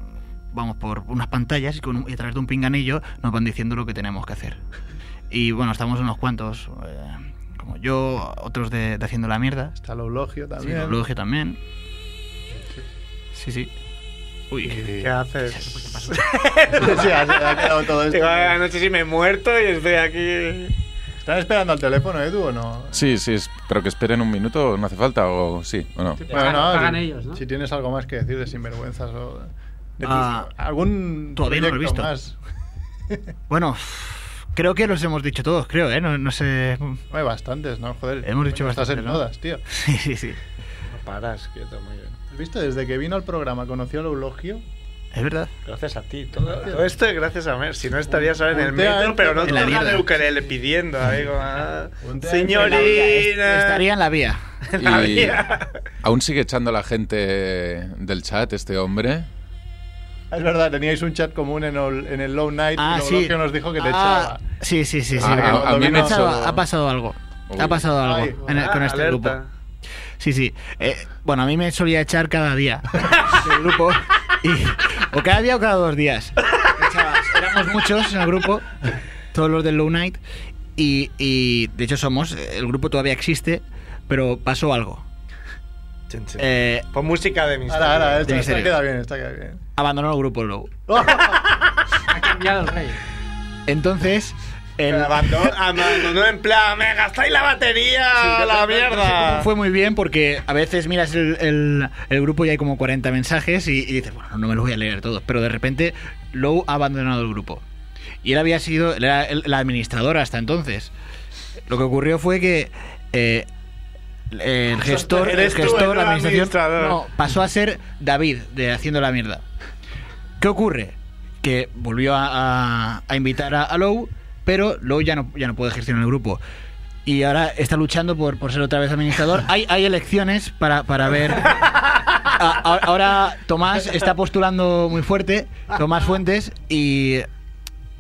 [SPEAKER 8] vamos por unas pantallas y, con un- y a través de un pinganillo nos van diciendo lo que tenemos que hacer. Y bueno, estamos unos cuantos, eh, como yo, otros de, de haciendo la mierda,
[SPEAKER 4] Está el eulogio
[SPEAKER 8] sí,
[SPEAKER 4] también.
[SPEAKER 8] Lulugio también. Sí, sí.
[SPEAKER 2] Uy, ¿qué, ¿qué
[SPEAKER 4] <laughs>
[SPEAKER 2] haces?
[SPEAKER 4] Sí, ha, ha quedado todo esto.
[SPEAKER 2] Digo, anoche sí me he muerto y estoy aquí.
[SPEAKER 4] ¿Están esperando al teléfono, Edu, o no?
[SPEAKER 1] Sí, sí, es- pero que esperen un minuto, no hace falta, o sí, o no.
[SPEAKER 4] no,
[SPEAKER 3] pagan
[SPEAKER 4] si,
[SPEAKER 3] ellos, ¿no?
[SPEAKER 4] si tienes algo más que decir de sinvergüenzas o. de
[SPEAKER 8] Ah,
[SPEAKER 4] ti- algún
[SPEAKER 8] todavía no lo he
[SPEAKER 4] proyecto
[SPEAKER 8] visto.
[SPEAKER 4] más.
[SPEAKER 8] Bueno, creo que los hemos dicho todos, creo, ¿eh? No, no sé. <laughs>
[SPEAKER 4] Hay bastantes, ¿no? Joder.
[SPEAKER 8] Hemos dicho
[SPEAKER 4] coño, Estás
[SPEAKER 8] bastante,
[SPEAKER 4] en
[SPEAKER 8] ¿no?
[SPEAKER 4] nodas, tío.
[SPEAKER 8] Sí, sí, sí.
[SPEAKER 2] No paras, quieto, muy bien.
[SPEAKER 4] ¿Has visto? Desde que vino al programa, conoció al Eulogio.
[SPEAKER 8] Es verdad.
[SPEAKER 2] Gracias a ti. Todo, todo esto es gracias a Mer. Si no estarías ahora en el
[SPEAKER 4] Ponte a
[SPEAKER 2] metro,
[SPEAKER 4] este-
[SPEAKER 2] pero no
[SPEAKER 8] En la
[SPEAKER 2] tocando
[SPEAKER 8] mierda.
[SPEAKER 2] el ukelele pidiendo. Ahí, como, ah,
[SPEAKER 4] Ponte a este-
[SPEAKER 2] señorina.
[SPEAKER 8] Estaría en la vía.
[SPEAKER 2] <laughs> La
[SPEAKER 1] Y
[SPEAKER 2] vida.
[SPEAKER 1] aún sigue echando a la gente del chat este hombre.
[SPEAKER 4] Ah, Es verdad, teníais un chat común en el, en el Low Night
[SPEAKER 8] Ah,
[SPEAKER 4] y el
[SPEAKER 8] sí.
[SPEAKER 4] Eulogio nos dijo que
[SPEAKER 8] Ah,
[SPEAKER 4] te echaba.
[SPEAKER 8] Sí, sí, sí. sí.
[SPEAKER 1] Ah, a-
[SPEAKER 8] Ha-
[SPEAKER 1] a mí me
[SPEAKER 8] ha, pasado,
[SPEAKER 1] hizo-
[SPEAKER 8] ha pasado algo. Ha
[SPEAKER 1] Uy.
[SPEAKER 8] pasado algo
[SPEAKER 4] Ay,
[SPEAKER 8] en el- con este
[SPEAKER 2] Alerta.
[SPEAKER 8] grupo. Sí, sí. Eh, bueno, a mí me solía echar cada día
[SPEAKER 4] <laughs>
[SPEAKER 8] del grupo. y- o cada día o cada dos días. Me echaba- éramos muchos en el grupo, todos los del Low Night. Y, y, de hecho somos, el grupo todavía existe, pero pasó algo.
[SPEAKER 2] Chin, chin.
[SPEAKER 8] Eh,
[SPEAKER 2] Pon música de misterio.
[SPEAKER 4] Ahora, ahora, esta,
[SPEAKER 8] De
[SPEAKER 4] esta
[SPEAKER 8] misterio.
[SPEAKER 4] queda bien, esta queda bien.
[SPEAKER 8] abandonó el grupo Low.
[SPEAKER 3] Ha cambiado el rey.
[SPEAKER 8] Entonces, el,
[SPEAKER 2] Abandonó, abandonó en plan, me gastáis la batería a la mierda.
[SPEAKER 8] fue muy bien porque a veces miras el, el- el grupo y hay como 40 mensajes y, y dices, bueno, no me los voy a leer todos, pero de repente Low ha abandonado el grupo. Y él había sido, él era el- la administradora hasta entonces. Lo que ocurrió fue que eh, el gestor, el
[SPEAKER 2] Eres tú,
[SPEAKER 8] gestor,
[SPEAKER 2] el
[SPEAKER 8] la
[SPEAKER 2] administrador.
[SPEAKER 8] administración, no, pasó a ser David de Haciendo la Mierda. ¿Qué ocurre? Que volvió a, a- a invitar a, a Low, pero Low ya no, ya no puede gestionar el grupo. Y ahora está luchando por, por ser otra vez
[SPEAKER 2] <laughs>
[SPEAKER 8] administrador. Hay, hay elecciones para, para ver. A- a- ahora Tomás está postulando muy fuerte, Tomás Fuentes, y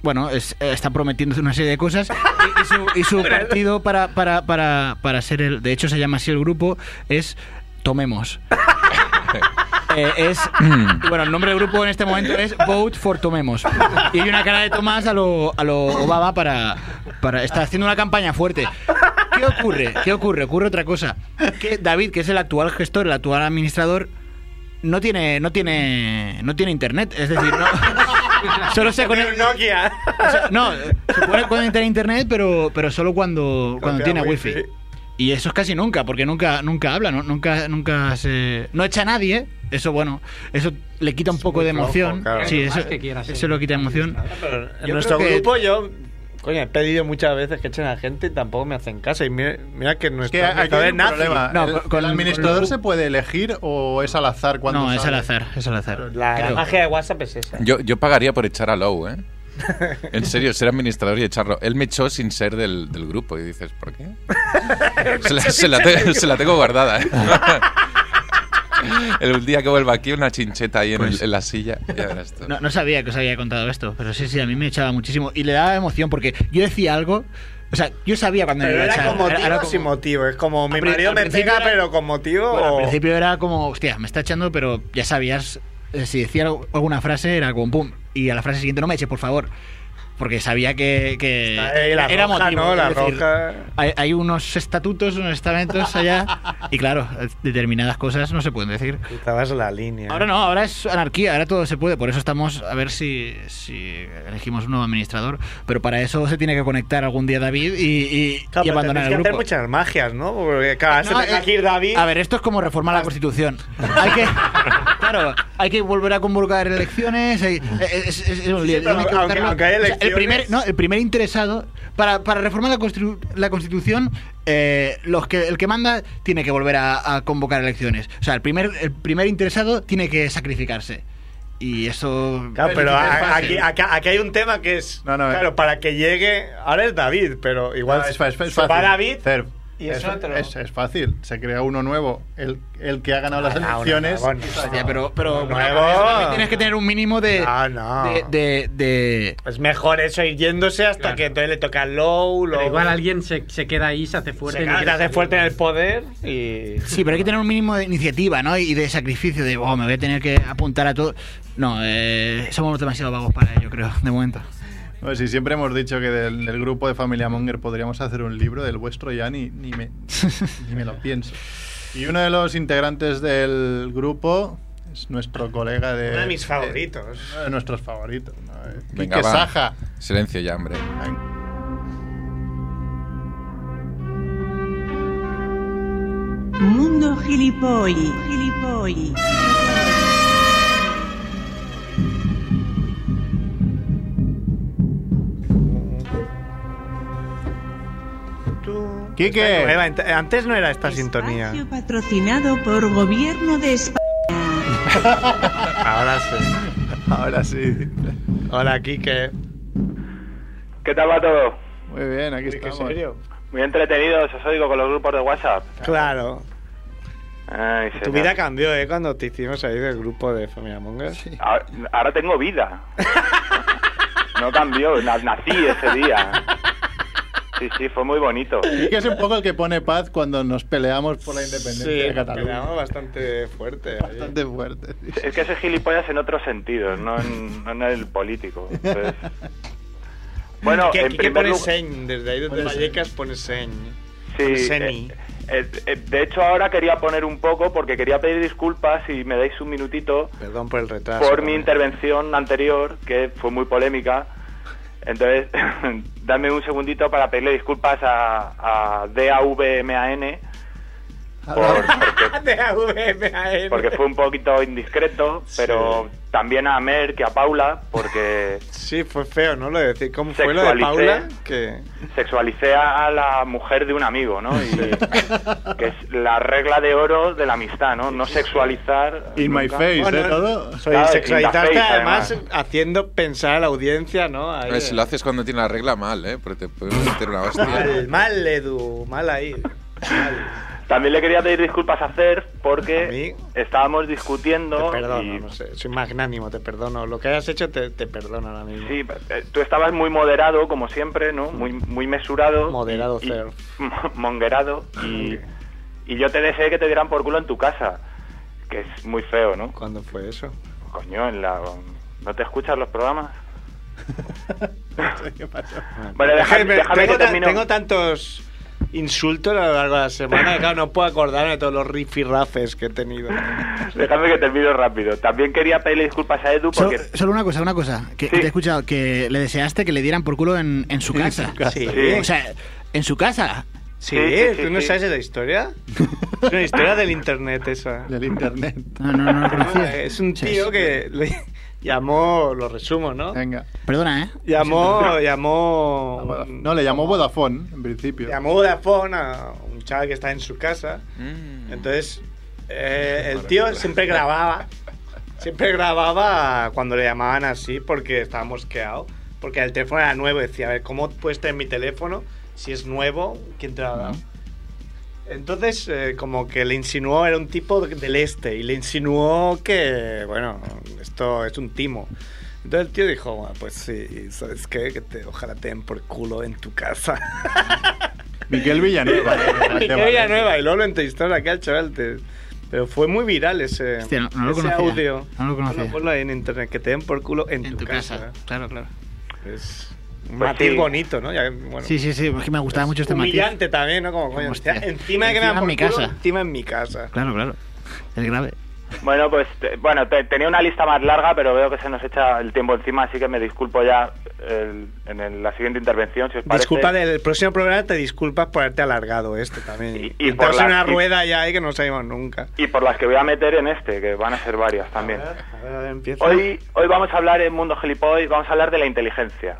[SPEAKER 8] bueno, es- eh, está prometiendo una serie de cosas. Y, y su, y su partido para, para, para, para ser el. De hecho, se llama así el grupo, es Tomemos. Eh, es. y Bueno, el nombre del grupo en este momento es Vote for Tomemos. Y hay una cara de Tomás a lo, a lo Obama para, para. Está haciendo una campaña fuerte. ¿Qué ocurre? ¿Qué ocurre? Ocurre otra cosa. Que David, que es el actual gestor, el actual administrador, no tiene. No tiene. No tiene internet. Es decir, no. <laughs> Solo se
[SPEAKER 2] Con
[SPEAKER 8] conecta.
[SPEAKER 2] el Nokia.
[SPEAKER 8] O sea, no, se puede conectar a internet, pero, pero solo cuando, cuando tiene wifi.
[SPEAKER 2] wifi.
[SPEAKER 8] Y eso es casi nunca, porque nunca, nunca habla, ¿no? nunca, nunca se. No echa a nadie. Eso, bueno, eso le quita un poco de
[SPEAKER 2] flojo,
[SPEAKER 8] emoción.
[SPEAKER 2] claro.
[SPEAKER 8] Sí,
[SPEAKER 3] Por
[SPEAKER 8] eso,
[SPEAKER 3] más que quiera ser
[SPEAKER 8] eso le quita emoción.
[SPEAKER 2] En
[SPEAKER 8] Yo
[SPEAKER 2] nuestro
[SPEAKER 8] creo que-
[SPEAKER 2] grupo yo... Coño, he pedido muchas veces que echen a gente y tampoco me hacen caso. Y mira, mira que
[SPEAKER 4] Es
[SPEAKER 2] nuestro
[SPEAKER 4] que aquí
[SPEAKER 2] administrador
[SPEAKER 4] hay
[SPEAKER 2] es
[SPEAKER 4] un
[SPEAKER 2] nazi.
[SPEAKER 4] problema.
[SPEAKER 8] No,
[SPEAKER 4] ¿El,
[SPEAKER 8] con- con-
[SPEAKER 4] el administrador
[SPEAKER 8] con-
[SPEAKER 4] se puede elegir o es al azar cuando
[SPEAKER 8] No, es
[SPEAKER 4] sale?
[SPEAKER 8] al azar, es al azar.
[SPEAKER 2] La, la
[SPEAKER 8] Creo.
[SPEAKER 2] magia de WhatsApp es esa.
[SPEAKER 1] Yo, yo pagaría por echar a Low,
[SPEAKER 2] <laughs>
[SPEAKER 1] ¿eh? En serio, ser administrador y echarlo. Él me echó sin ser del, del grupo y dices, ¿por
[SPEAKER 2] <laughs>
[SPEAKER 1] qué? se, la, se la te- se la tengo guardada, ¿eh? <laughs> El día que vuelva aquí, una chincheta ahí en, el- en la silla. Ya verás tú.
[SPEAKER 8] No, no sabía que os había contado esto, pero sí, sí, a mí me echaba muchísimo. Y le daba emoción porque yo decía algo. O sea, yo sabía cuando me iba
[SPEAKER 2] Pero
[SPEAKER 8] a
[SPEAKER 2] era
[SPEAKER 8] echar.
[SPEAKER 2] con motivo
[SPEAKER 8] era
[SPEAKER 2] o sin
[SPEAKER 8] como-
[SPEAKER 2] motivo. Es como mi
[SPEAKER 8] Al pri-
[SPEAKER 2] marido
[SPEAKER 8] al
[SPEAKER 2] me
[SPEAKER 8] principio
[SPEAKER 2] pega,
[SPEAKER 8] era-
[SPEAKER 2] pero con motivo
[SPEAKER 8] Bueno,
[SPEAKER 2] o...
[SPEAKER 8] al principio era como, hostia, me está echando, pero ya sabías, eh, si decía algo- alguna frase era como pum, y a la frase siguiente no me eches, por favor. Porque sabía que, que
[SPEAKER 2] Eh, la
[SPEAKER 8] era
[SPEAKER 2] roja,
[SPEAKER 8] motivo.
[SPEAKER 2] ¿no?
[SPEAKER 8] es
[SPEAKER 2] La
[SPEAKER 8] decir,
[SPEAKER 2] roja...
[SPEAKER 8] Hay, hay unos estatutos, unos estamentos allá, y claro, eh, determinadas cosas no se pueden decir.
[SPEAKER 2] Estabas la línea.
[SPEAKER 8] Ahora no, ahora es anarquía, ahora todo se puede, por eso estamos a ver si, si elegimos un nuevo administrador, pero para eso se tiene que conectar algún día David y, y-
[SPEAKER 2] Claro,
[SPEAKER 8] y
[SPEAKER 2] pero
[SPEAKER 8] abandonar
[SPEAKER 2] tenéis
[SPEAKER 8] el
[SPEAKER 2] que hacer
[SPEAKER 8] grupo.
[SPEAKER 2] muchas magias, ¿no? Porque claro, Ah, se
[SPEAKER 8] No,
[SPEAKER 2] tenga
[SPEAKER 8] eh,
[SPEAKER 2] que ir David. Ah.
[SPEAKER 8] A ver, esto es como reformar la Constitución. Hay
[SPEAKER 2] <laughs>
[SPEAKER 8] que, claro, hay que volver a convocar elecciones. hay- eh, es, es- es un lío.
[SPEAKER 2] Sí, pero
[SPEAKER 8] hay que
[SPEAKER 2] aunque-
[SPEAKER 8] votarlo.
[SPEAKER 2] aunque haya
[SPEAKER 8] O sea, el
[SPEAKER 2] elecciones-
[SPEAKER 8] primer, no, el primer interesado para, para reformar la, Constitu- la Constitución, eh, los que el que manda tiene que volver a, a convocar elecciones. O sea, el primer, el primer interesado tiene que sacrificarse. Y eso.
[SPEAKER 2] Claro, pero
[SPEAKER 4] Es
[SPEAKER 2] a-
[SPEAKER 4] fácil.
[SPEAKER 2] aquí, acá- aquí hay un tema que es.
[SPEAKER 4] No, no,
[SPEAKER 2] claro,
[SPEAKER 4] eh.
[SPEAKER 2] para que llegue. Ahora Ah, es David, pero igual.
[SPEAKER 4] No, es, fa- es fa- es
[SPEAKER 2] se
[SPEAKER 4] fácil.
[SPEAKER 2] va David.
[SPEAKER 4] Cer,
[SPEAKER 2] y
[SPEAKER 4] es,
[SPEAKER 2] es otro.
[SPEAKER 4] Es, es fácil. Se crea uno nuevo. El, el que ha ganado las
[SPEAKER 2] Ah, no,
[SPEAKER 4] elecciones.
[SPEAKER 2] no, no, no.
[SPEAKER 8] Hostia, pero, pero
[SPEAKER 2] Nuevo.
[SPEAKER 8] para eso también tienes que tener un mínimo de.
[SPEAKER 2] No, no.
[SPEAKER 8] de- de- de
[SPEAKER 2] Es mejor eso ir yéndose hasta
[SPEAKER 3] Claro.
[SPEAKER 2] que entonces le toca low, low.
[SPEAKER 3] Pero igual alguien se, se queda ahí, se hace fuerte.
[SPEAKER 2] se
[SPEAKER 3] y no
[SPEAKER 2] ca- se
[SPEAKER 3] quiere
[SPEAKER 2] hace
[SPEAKER 3] salir.
[SPEAKER 2] fuerte en el poder <laughs> y.
[SPEAKER 8] Sí, pero hay que tener un mínimo de iniciativa, ¿no? Y de sacrificio, de, oh, me voy a tener que apuntar a todo. No, eh, somos demasiado vagos para ello, creo, de momento.
[SPEAKER 4] No, si Pues siempre hemos dicho que del, del grupo de Familia Monger podríamos hacer un libro, del vuestro ya ni, ni,
[SPEAKER 8] <laughs>
[SPEAKER 4] me, ni me lo pienso. Y uno de los integrantes del grupo es nuestro colega de.
[SPEAKER 2] Uno de mis favoritos.
[SPEAKER 4] uno de nuestros favoritos. ¿no? Eh,
[SPEAKER 1] Venga,
[SPEAKER 4] Quique
[SPEAKER 1] va.
[SPEAKER 4] Saja.
[SPEAKER 1] Silencio ya, hombre.
[SPEAKER 14] Mundo Gilipolli. Gilipolli.
[SPEAKER 2] Quique. Antes no era esta sintonía.
[SPEAKER 14] Patrocinado por Gobierno de España.
[SPEAKER 2] Ahora sí. <laughs> Ahora sí. Hola, Quique.
[SPEAKER 15] ¿Qué tal va todo?
[SPEAKER 4] Muy bien, aquí estamos.
[SPEAKER 15] Muy entretenidos, os oigo con los grupos de WhatsApp.
[SPEAKER 2] Claro.
[SPEAKER 15] Ay,
[SPEAKER 2] Tu
[SPEAKER 15] señor.
[SPEAKER 2] vida cambió, ¿eh? Cuando te hicimos ahí del grupo de Familia Monger.
[SPEAKER 15] Ahora, ahora tengo
[SPEAKER 12] <laughs>
[SPEAKER 15] vida. No cambió, na- nací ese día. Sí, sí, fue muy bonito.
[SPEAKER 4] Quique es un poco el que pone paz cuando nos peleamos por la independencia
[SPEAKER 2] Sí,
[SPEAKER 4] de Cataluña.
[SPEAKER 2] peleamos bastante fuerte.
[SPEAKER 4] Bastante fuerte.
[SPEAKER 15] Es que soy gilipollas en otros sentidos, no en, no en el político.
[SPEAKER 4] <laughs>
[SPEAKER 15] Entonces, Bueno,
[SPEAKER 2] que,
[SPEAKER 15] en
[SPEAKER 2] Quique
[SPEAKER 15] primer
[SPEAKER 2] pone
[SPEAKER 15] lugar-
[SPEAKER 2] señ, desde ahí desde
[SPEAKER 15] Pone señ.
[SPEAKER 2] Vallecas pone señ.
[SPEAKER 15] Sí,
[SPEAKER 2] Pone Pues seni.
[SPEAKER 15] eh, eh, eh, de hecho ahora quería poner un poco porque quería pedir disculpas si me dais un minutito
[SPEAKER 2] Perdón por el retraso.
[SPEAKER 15] por mi
[SPEAKER 2] <laughs>
[SPEAKER 15] intervención anterior que fue muy polémica. Entonces, dame un segundito para pedirle disculpas a, a DAVMAN por-
[SPEAKER 2] De AVMAN.
[SPEAKER 15] porque fue un poquito indiscreto, pero también a Merck y a Paula porque
[SPEAKER 2] <laughs> Sí, fue feo, ¿no? Lo de decir, ¿cómo fue lo de
[SPEAKER 15] Sexualicé.
[SPEAKER 2] Paula? Que...
[SPEAKER 15] sexualicé a la mujer de un amigo, ¿no? Y, <laughs> que es la regla de oro de la amistad, ¿no? No sexualizar.
[SPEAKER 4] In my
[SPEAKER 15] nunca.
[SPEAKER 4] face,
[SPEAKER 2] Bueno,
[SPEAKER 4] ¿eh? Todo.
[SPEAKER 2] Soy
[SPEAKER 15] Claro,
[SPEAKER 2] sexualizaste
[SPEAKER 15] in the face,
[SPEAKER 2] además,
[SPEAKER 15] además.
[SPEAKER 2] haciendo pensar a la audiencia, ¿no? Ahí,
[SPEAKER 1] A ver, si lo haces cuando tiene la regla mal, ¿eh? Porque te puedes meter una
[SPEAKER 2] Mal,
[SPEAKER 1] hostia.
[SPEAKER 2] mal, Edu,
[SPEAKER 15] <laughs>
[SPEAKER 2] mal ahí.
[SPEAKER 15] También le quería pedir disculpas a Cer porque estábamos discutiendo.
[SPEAKER 2] te perdono,
[SPEAKER 15] y-
[SPEAKER 2] no sé, soy magnánimo, te perdono. Lo que hayas hecho te, te perdono ahora mismo.
[SPEAKER 15] Sí, eh, tú estabas muy moderado, como siempre, ¿no? Muy, muy mesurado.
[SPEAKER 2] Moderado
[SPEAKER 15] y-
[SPEAKER 2] cero.
[SPEAKER 15] <laughs> Monguerado. Y, y yo te deseé que te dieran por culo en tu casa. Que es muy feo, ¿no?
[SPEAKER 2] ¿Cuándo fue eso?
[SPEAKER 15] Coño, en la... ¿no te escuchas los
[SPEAKER 2] <laughs>
[SPEAKER 15] programas? Bueno, déjame, déjame
[SPEAKER 2] tengo,
[SPEAKER 15] que
[SPEAKER 2] tan-
[SPEAKER 15] termino.
[SPEAKER 2] tengo tantos insultos a lo largo de la semana que claro, no puedo acordarme de todos los rifirrafes que he tenido.
[SPEAKER 15] Déjame que termino rápido. También quería pedirle disculpas a Edu
[SPEAKER 8] So-
[SPEAKER 15] porque...
[SPEAKER 8] solo una cosa, una cosa. Que te he escuchado que le deseaste que le dieran por culo en, en su casa.
[SPEAKER 2] Sí.
[SPEAKER 8] O sea, en su casa.
[SPEAKER 2] Sí, ¿tú no sabes de la historia? Es una historia del internet
[SPEAKER 4] <laughs>
[SPEAKER 2] esa. Del internet.
[SPEAKER 8] No, no, no lo conocía.
[SPEAKER 2] Es un tío que le llamó, lo resumo, ¿no?
[SPEAKER 4] Venga.
[SPEAKER 8] Perdona, ¿eh?
[SPEAKER 2] Llamó, llamó.
[SPEAKER 4] No, le llamó Vodafone, en principio.
[SPEAKER 2] Llamó Vodafone a un chaval que está en su casa.
[SPEAKER 1] Mm.
[SPEAKER 2] Entonces, eh, el tío siempre grababa. Siempre grababa cuando le llamaban así porque estaba mosqueado. Porque el teléfono era nuevo. Decía, a ver, ¿cómo puedes tener mi teléfono? Si es nuevo, ¿quién te lo ha dado? Entonces, eh, como que le insinuó, era un tipo de- del este, y le insinuó que, bueno, esto es un timo. Entonces el tío dijo, "Bueno, pues sí, ¿sabes qué? Que te, ojalá te den por culo en tu casa.
[SPEAKER 4] Miquel
[SPEAKER 2] <laughs>
[SPEAKER 4] Villanueva.
[SPEAKER 2] Miquel Villanueva, y luego lo entrevistaron aquí al chaval. te- pero fue muy viral ese,
[SPEAKER 8] Hostia, no- no lo
[SPEAKER 2] ese
[SPEAKER 8] conocía,
[SPEAKER 2] audio.
[SPEAKER 8] no lo conocía.
[SPEAKER 2] Ponlo, ponlo ahí en internet, que te den por culo en, tu, casa. ¿eh?
[SPEAKER 8] Claro, claro.
[SPEAKER 2] Es un
[SPEAKER 8] Pues
[SPEAKER 2] matiz
[SPEAKER 8] sí.
[SPEAKER 2] bonito, ¿no? Ya, bueno,
[SPEAKER 8] Sí, sí, sí. Es que me gustaba mucho este matiz.
[SPEAKER 2] Humillante también, ¿no? Como, coño,
[SPEAKER 8] Hostia.
[SPEAKER 2] <laughs> encima de que me
[SPEAKER 8] Encima
[SPEAKER 2] dan
[SPEAKER 8] en
[SPEAKER 2] por
[SPEAKER 8] mi
[SPEAKER 2] culo,
[SPEAKER 8] casa.
[SPEAKER 2] Encima en mi casa.
[SPEAKER 8] Claro, claro. Es grave.
[SPEAKER 15] Bueno, pues te- bueno, te- tenía una lista más larga, pero veo que se nos echa el tiempo encima, así que me disculpo ya el- en el- la siguiente intervención, si os parece.
[SPEAKER 2] Disculpa, del próximo programa te disculpas por haberte alargado esto también.
[SPEAKER 15] y
[SPEAKER 2] Y,
[SPEAKER 15] por la-
[SPEAKER 2] una
[SPEAKER 15] y-
[SPEAKER 2] rueda ya ahí que no salimos nunca.
[SPEAKER 15] Y por las que voy a meter en este, que van a ser varias también.
[SPEAKER 2] A ver, a ver, empieza.
[SPEAKER 15] Hoy, hoy vamos a hablar en Mundo Gilipollas, vamos a hablar de la
[SPEAKER 2] <laughs>
[SPEAKER 15] inteligencia.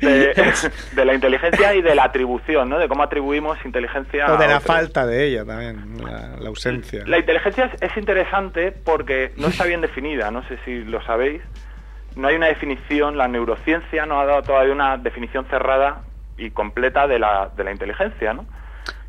[SPEAKER 15] De, de la inteligencia y de la atribución, ¿no? De cómo atribuimos inteligencia
[SPEAKER 2] o de
[SPEAKER 15] a
[SPEAKER 2] la
[SPEAKER 15] otros.
[SPEAKER 2] falta de ella también, la, la ausencia.
[SPEAKER 15] La inteligencia es, es interesante porque no está bien definida, no sé si lo sabéis. No hay una definición, la neurociencia no ha dado todavía una definición cerrada y completa de la, de la inteligencia, ¿no?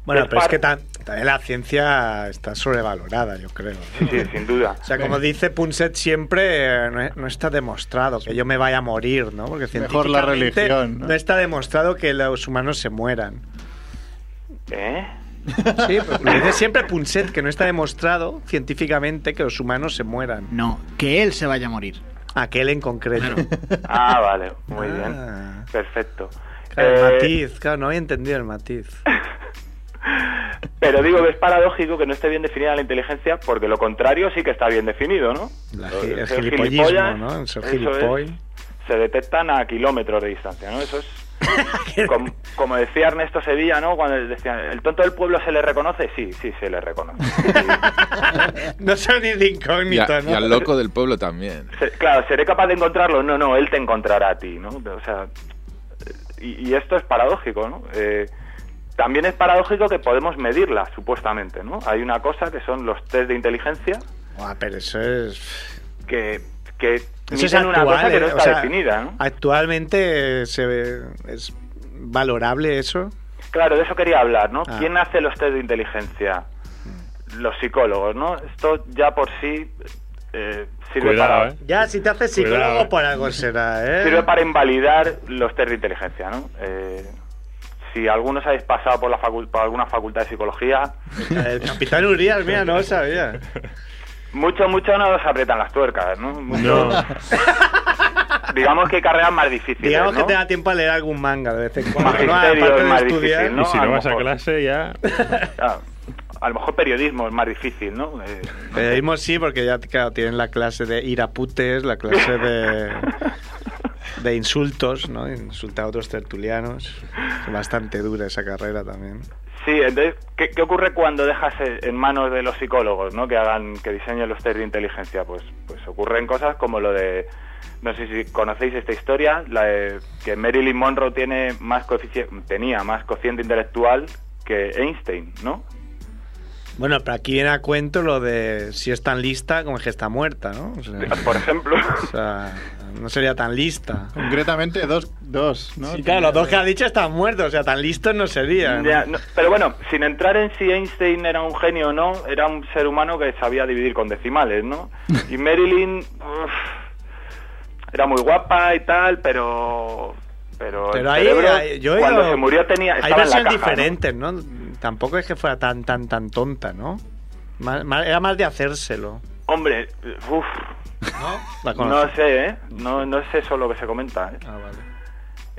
[SPEAKER 2] Bueno,
[SPEAKER 15] es
[SPEAKER 2] pero es
[SPEAKER 15] par-
[SPEAKER 2] que ta- también la ciencia está sobrevalorada, yo creo.
[SPEAKER 15] Sí, sí, sin duda.
[SPEAKER 2] <laughs> O sea, como dice Punset siempre, eh, no, no está demostrado que yo me vaya a morir, ¿no? Porque
[SPEAKER 4] Mejor la
[SPEAKER 2] científicamente
[SPEAKER 4] religión, ¿no?
[SPEAKER 2] No está demostrado que los humanos
[SPEAKER 4] <laughs>
[SPEAKER 2] se mueran. <laughs>
[SPEAKER 15] ¿Eh?
[SPEAKER 2] Sí,
[SPEAKER 4] pues,
[SPEAKER 2] pero lo dice siempre Punset, que no está demostrado científicamente que los humanos se mueran.
[SPEAKER 8] No, que él se vaya a morir.
[SPEAKER 2] Aquel en concreto.
[SPEAKER 15] Ah, vale, muy
[SPEAKER 2] Ah.
[SPEAKER 15] bien. Perfecto.
[SPEAKER 2] Claro, el
[SPEAKER 15] Eh,
[SPEAKER 2] matiz, claro, no había entendido el matiz.
[SPEAKER 15] Pero digo que es paradójico que no esté bien definida la inteligencia, porque lo contrario sí que está bien definido, ¿no?
[SPEAKER 2] La
[SPEAKER 15] Los-
[SPEAKER 2] gi- el
[SPEAKER 15] los
[SPEAKER 2] gilipollismo,
[SPEAKER 15] gilipollas,
[SPEAKER 2] ¿no? El ser
[SPEAKER 15] eso
[SPEAKER 2] gilipoll.
[SPEAKER 15] es, se detectan a kilómetros de distancia, ¿no? Eso es...
[SPEAKER 2] <laughs>
[SPEAKER 15] com- como, decía Ernesto Sevilla, ¿no? Cuando decía, ¿el tonto del pueblo se le reconoce? Sí, sí, se le
[SPEAKER 2] <laughs>
[SPEAKER 15] reconoce.
[SPEAKER 2] No son ni de
[SPEAKER 1] Y,
[SPEAKER 2] incógnito,
[SPEAKER 1] a-
[SPEAKER 2] ¿no?
[SPEAKER 1] y
[SPEAKER 2] Ah,
[SPEAKER 1] al loco del pueblo también.
[SPEAKER 15] Se- claro, ¿seré capaz de encontrarlo? No, no, él te encontrará a ti, ¿no? O sea, y, y esto es paradójico, ¿no? Eh, también es paradójico que podemos medirla, supuestamente, ¿no? Hay una cosa que son los test de inteligencia
[SPEAKER 2] Buah, pero eso es...
[SPEAKER 15] que, que
[SPEAKER 2] Eso es
[SPEAKER 15] miden una cosa
[SPEAKER 2] actual,
[SPEAKER 15] que no
[SPEAKER 2] eh, o
[SPEAKER 15] está
[SPEAKER 2] sea,
[SPEAKER 15] definida, ¿no?
[SPEAKER 2] Actualmente eh, se ve- es valorable eso.
[SPEAKER 15] Claro, de eso quería hablar, ¿no?
[SPEAKER 2] Ah.
[SPEAKER 15] ¿Quién hace los test de inteligencia? Los psicólogos, ¿no? Esto ya por sí eh, sirve para...
[SPEAKER 2] Ya, si te haces psicólogo
[SPEAKER 15] Cuidado, eh.
[SPEAKER 2] por algo
[SPEAKER 15] <laughs>
[SPEAKER 2] será, ¿eh?
[SPEAKER 15] Sirve para invalidar los test de inteligencia, ¿no? Eh, si algunos habéis pasado por, la facu- por alguna facultad de psicología,
[SPEAKER 2] El capitán Urias, mira, no
[SPEAKER 15] <laughs>
[SPEAKER 2] lo sabía.
[SPEAKER 15] mucho, mucho nos apretan las tuercas, ¿no? Mucho-
[SPEAKER 2] No.
[SPEAKER 15] Digamos que hay carreras más difíciles,
[SPEAKER 2] Digamos
[SPEAKER 15] ¿no?
[SPEAKER 2] que te da tiempo a leer algún manga de vez en cuando. ¿no?
[SPEAKER 15] Magisterio
[SPEAKER 2] Aparte
[SPEAKER 15] es
[SPEAKER 2] de
[SPEAKER 15] más
[SPEAKER 2] estudiar.
[SPEAKER 15] difícil, ¿no?
[SPEAKER 7] Y si
[SPEAKER 15] A
[SPEAKER 7] no
[SPEAKER 15] lo
[SPEAKER 7] vas a
[SPEAKER 15] mejor.
[SPEAKER 7] clase ya...
[SPEAKER 15] Ah, a lo mejor periodismo es más difícil, ¿no? Eh,
[SPEAKER 2] Periodismo sí, porque ya claro, tienen la clase de ir a putes, la
[SPEAKER 15] <laughs>
[SPEAKER 2] clase de, de insultos, ¿no? Insultar a otros tertulianos. Es bastante dura esa carrera también.
[SPEAKER 15] Sí, entonces, ¿qué, qué ocurre cuando dejas eh, en manos de los psicólogos, ¿no? Que hagan, que diseñen los test de inteligencia, pues, pues ocurren cosas como lo de, no sé si conocéis esta historia, la de que Marilyn Monroe tiene más coefici- tenía más cociente intelectual que Einstein, ¿no?
[SPEAKER 2] Bueno, pero aquí viene a cuento lo de si es tan lista como es que está muerta, ¿no? O sea,
[SPEAKER 15] Por ejemplo.
[SPEAKER 2] o sea, no sería tan lista.
[SPEAKER 4] Concretamente, dos, dos ¿no?
[SPEAKER 2] Sí, claro, los dos que has dicho están muertos, o sea, tan listos no serían. ¿no?
[SPEAKER 15] Ya, no, pero bueno, sin entrar en si Einstein era un genio o no, era un ser humano que sabía dividir con decimales,
[SPEAKER 2] <laughs>
[SPEAKER 15] ¿no? Y Marilyn uf, era muy guapa y tal, pero pero, el
[SPEAKER 2] Pero ahí,
[SPEAKER 15] cerebro,
[SPEAKER 2] ahí- yo he
[SPEAKER 15] cuando
[SPEAKER 2] ido-
[SPEAKER 15] se murió tenía
[SPEAKER 2] Hay
[SPEAKER 15] estaba en la caja,
[SPEAKER 2] versiones
[SPEAKER 15] ¿no?
[SPEAKER 2] diferentes, ¿no? Tampoco es que fuera tan, tan, tan tonta, ¿no? Más- más- era más de hacérselo.
[SPEAKER 15] Hombre, uff,
[SPEAKER 2] La
[SPEAKER 15] no
[SPEAKER 2] conoces.
[SPEAKER 15] sé, ¿eh? No, no es eso lo que se comenta, ¿eh?
[SPEAKER 2] Ah, vale.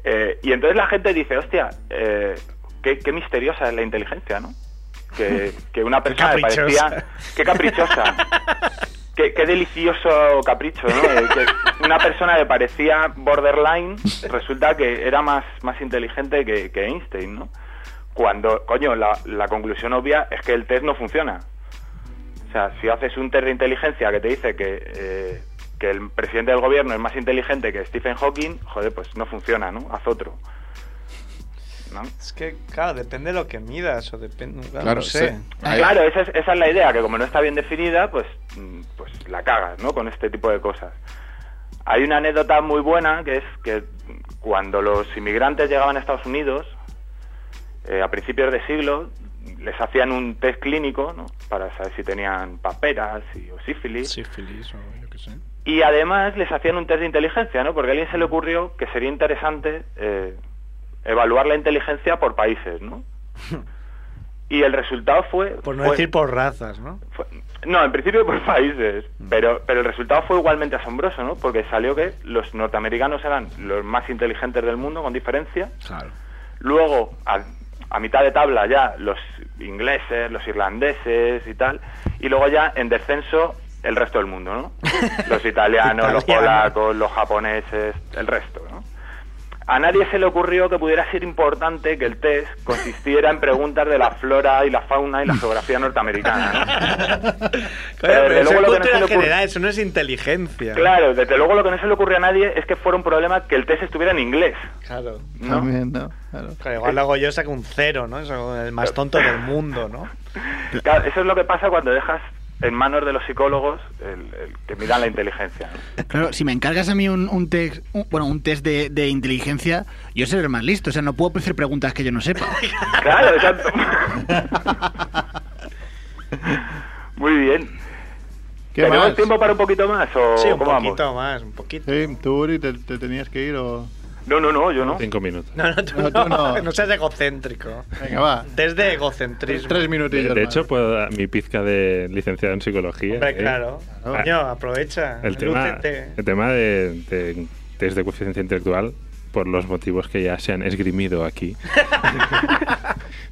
[SPEAKER 15] Eh, y entonces la gente dice, hostia, eh, qué, qué misteriosa es la inteligencia, ¿no? Que, que una persona le
[SPEAKER 2] caprichosa.
[SPEAKER 15] parecía... Qué caprichosa. qué, qué delicioso capricho, ¿no? Eh, que una persona le parecía borderline, resulta que era más, más inteligente que, que Einstein, ¿no? Cuando, coño, la, la conclusión obvia es que el test no funciona. O sea, si haces un test de inteligencia que te dice que, eh, que el presidente del gobierno es más inteligente que Stephen Hawking, joder, pues no funciona, ¿no? Haz otro. ¿No?
[SPEAKER 2] Es que, claro, depende de lo que midas o depende... Claro,
[SPEAKER 1] Claro,
[SPEAKER 2] no sé.
[SPEAKER 1] sí.
[SPEAKER 15] Claro, esa es, esa es la idea, que como no está bien definida, pues, mm, pues la cagas, ¿no? Con este tipo de cosas. Hay una anécdota muy buena que es que cuando los inmigrantes llegaban a Estados Unidos, eh, a principios de siglo, les hacían un test clínico, ¿no? Para saber si tenían paperas y, o sífilis.
[SPEAKER 2] Sífilis o yo qué sé.
[SPEAKER 15] Y además les hacían un test de inteligencia, ¿no? Porque a alguien se le ocurrió que sería interesante eh, evaluar la inteligencia por países,
[SPEAKER 2] <laughs>
[SPEAKER 15] ¿no? Y el resultado fue...
[SPEAKER 2] Por no
[SPEAKER 15] fue-
[SPEAKER 2] decir por razas, ¿no?
[SPEAKER 15] no, en principio por <laughs> países, pero, pero el resultado fue igualmente asombroso, ¿no? Porque salió que los norteamericanos eran los más inteligentes del mundo, con diferencia.
[SPEAKER 2] Claro.
[SPEAKER 15] Luego, a, a mitad de tabla ya, los ingleses, los irlandeses y tal. Y luego ya, en descenso, el resto del mundo, ¿no? Los italianos, los
[SPEAKER 2] Italiano.
[SPEAKER 15] polacos, los japoneses, el resto, ¿no? A nadie se le ocurrió que pudiera ser importante que el test consistiera en preguntas de la flora y la fauna y la geografía norteamericana, ¿no?
[SPEAKER 2] Claro,
[SPEAKER 15] Eh,
[SPEAKER 2] pero
[SPEAKER 15] desde
[SPEAKER 2] eso
[SPEAKER 15] luego lo que no
[SPEAKER 2] es cultura
[SPEAKER 15] se le ocurre-
[SPEAKER 2] general, eso no es inteligencia.
[SPEAKER 15] Claro, desde luego lo que no se le ocurre a nadie es que fuera un problema que el test estuviera en inglés.
[SPEAKER 2] Claro.
[SPEAKER 15] ¿no?
[SPEAKER 4] También, ¿no? Claro.
[SPEAKER 2] Claro, igual luego yo saco un cero, ¿no? Soy el más tonto del mundo, ¿no?
[SPEAKER 15] Claro, eso es lo que pasa cuando dejas en manos de los psicólogos el, el que miran la inteligencia.
[SPEAKER 4] <laughs>
[SPEAKER 15] ¿no?
[SPEAKER 8] Claro, si me encargas a mí un, un test, un- bueno, un test de, de inteligencia, yo seré el más listo. O sea, no puedo hacer preguntas que yo no sepa.
[SPEAKER 15] Claro, exacto. Muy bien.
[SPEAKER 4] ¿Qué
[SPEAKER 15] ¿Tenemos
[SPEAKER 4] más?
[SPEAKER 15] tiempo para un poquito más o
[SPEAKER 4] Sí, un
[SPEAKER 15] cómo
[SPEAKER 4] poquito
[SPEAKER 15] vamos?
[SPEAKER 2] más, un poquito.
[SPEAKER 4] Sí, tú, Uri, te, te tenías que ir o...
[SPEAKER 15] No, no, no, yo no.
[SPEAKER 7] Cinco minutos.
[SPEAKER 2] No, no, tú
[SPEAKER 4] No,
[SPEAKER 2] no.
[SPEAKER 4] tú no.
[SPEAKER 2] <laughs> no. seas egocéntrico.
[SPEAKER 4] Venga, va.
[SPEAKER 2] Desde egocentrismo.
[SPEAKER 7] De, de hecho, puedo, mi pizca de licenciado en psicología.
[SPEAKER 2] Hombre,
[SPEAKER 7] ¿eh?
[SPEAKER 2] claro.
[SPEAKER 7] Ah,
[SPEAKER 2] Coño, aprovecha.
[SPEAKER 7] el tema,
[SPEAKER 2] lúcete.
[SPEAKER 7] el tema de, de test de este coeficiente intelectual por los motivos que ya se han esgrimido aquí,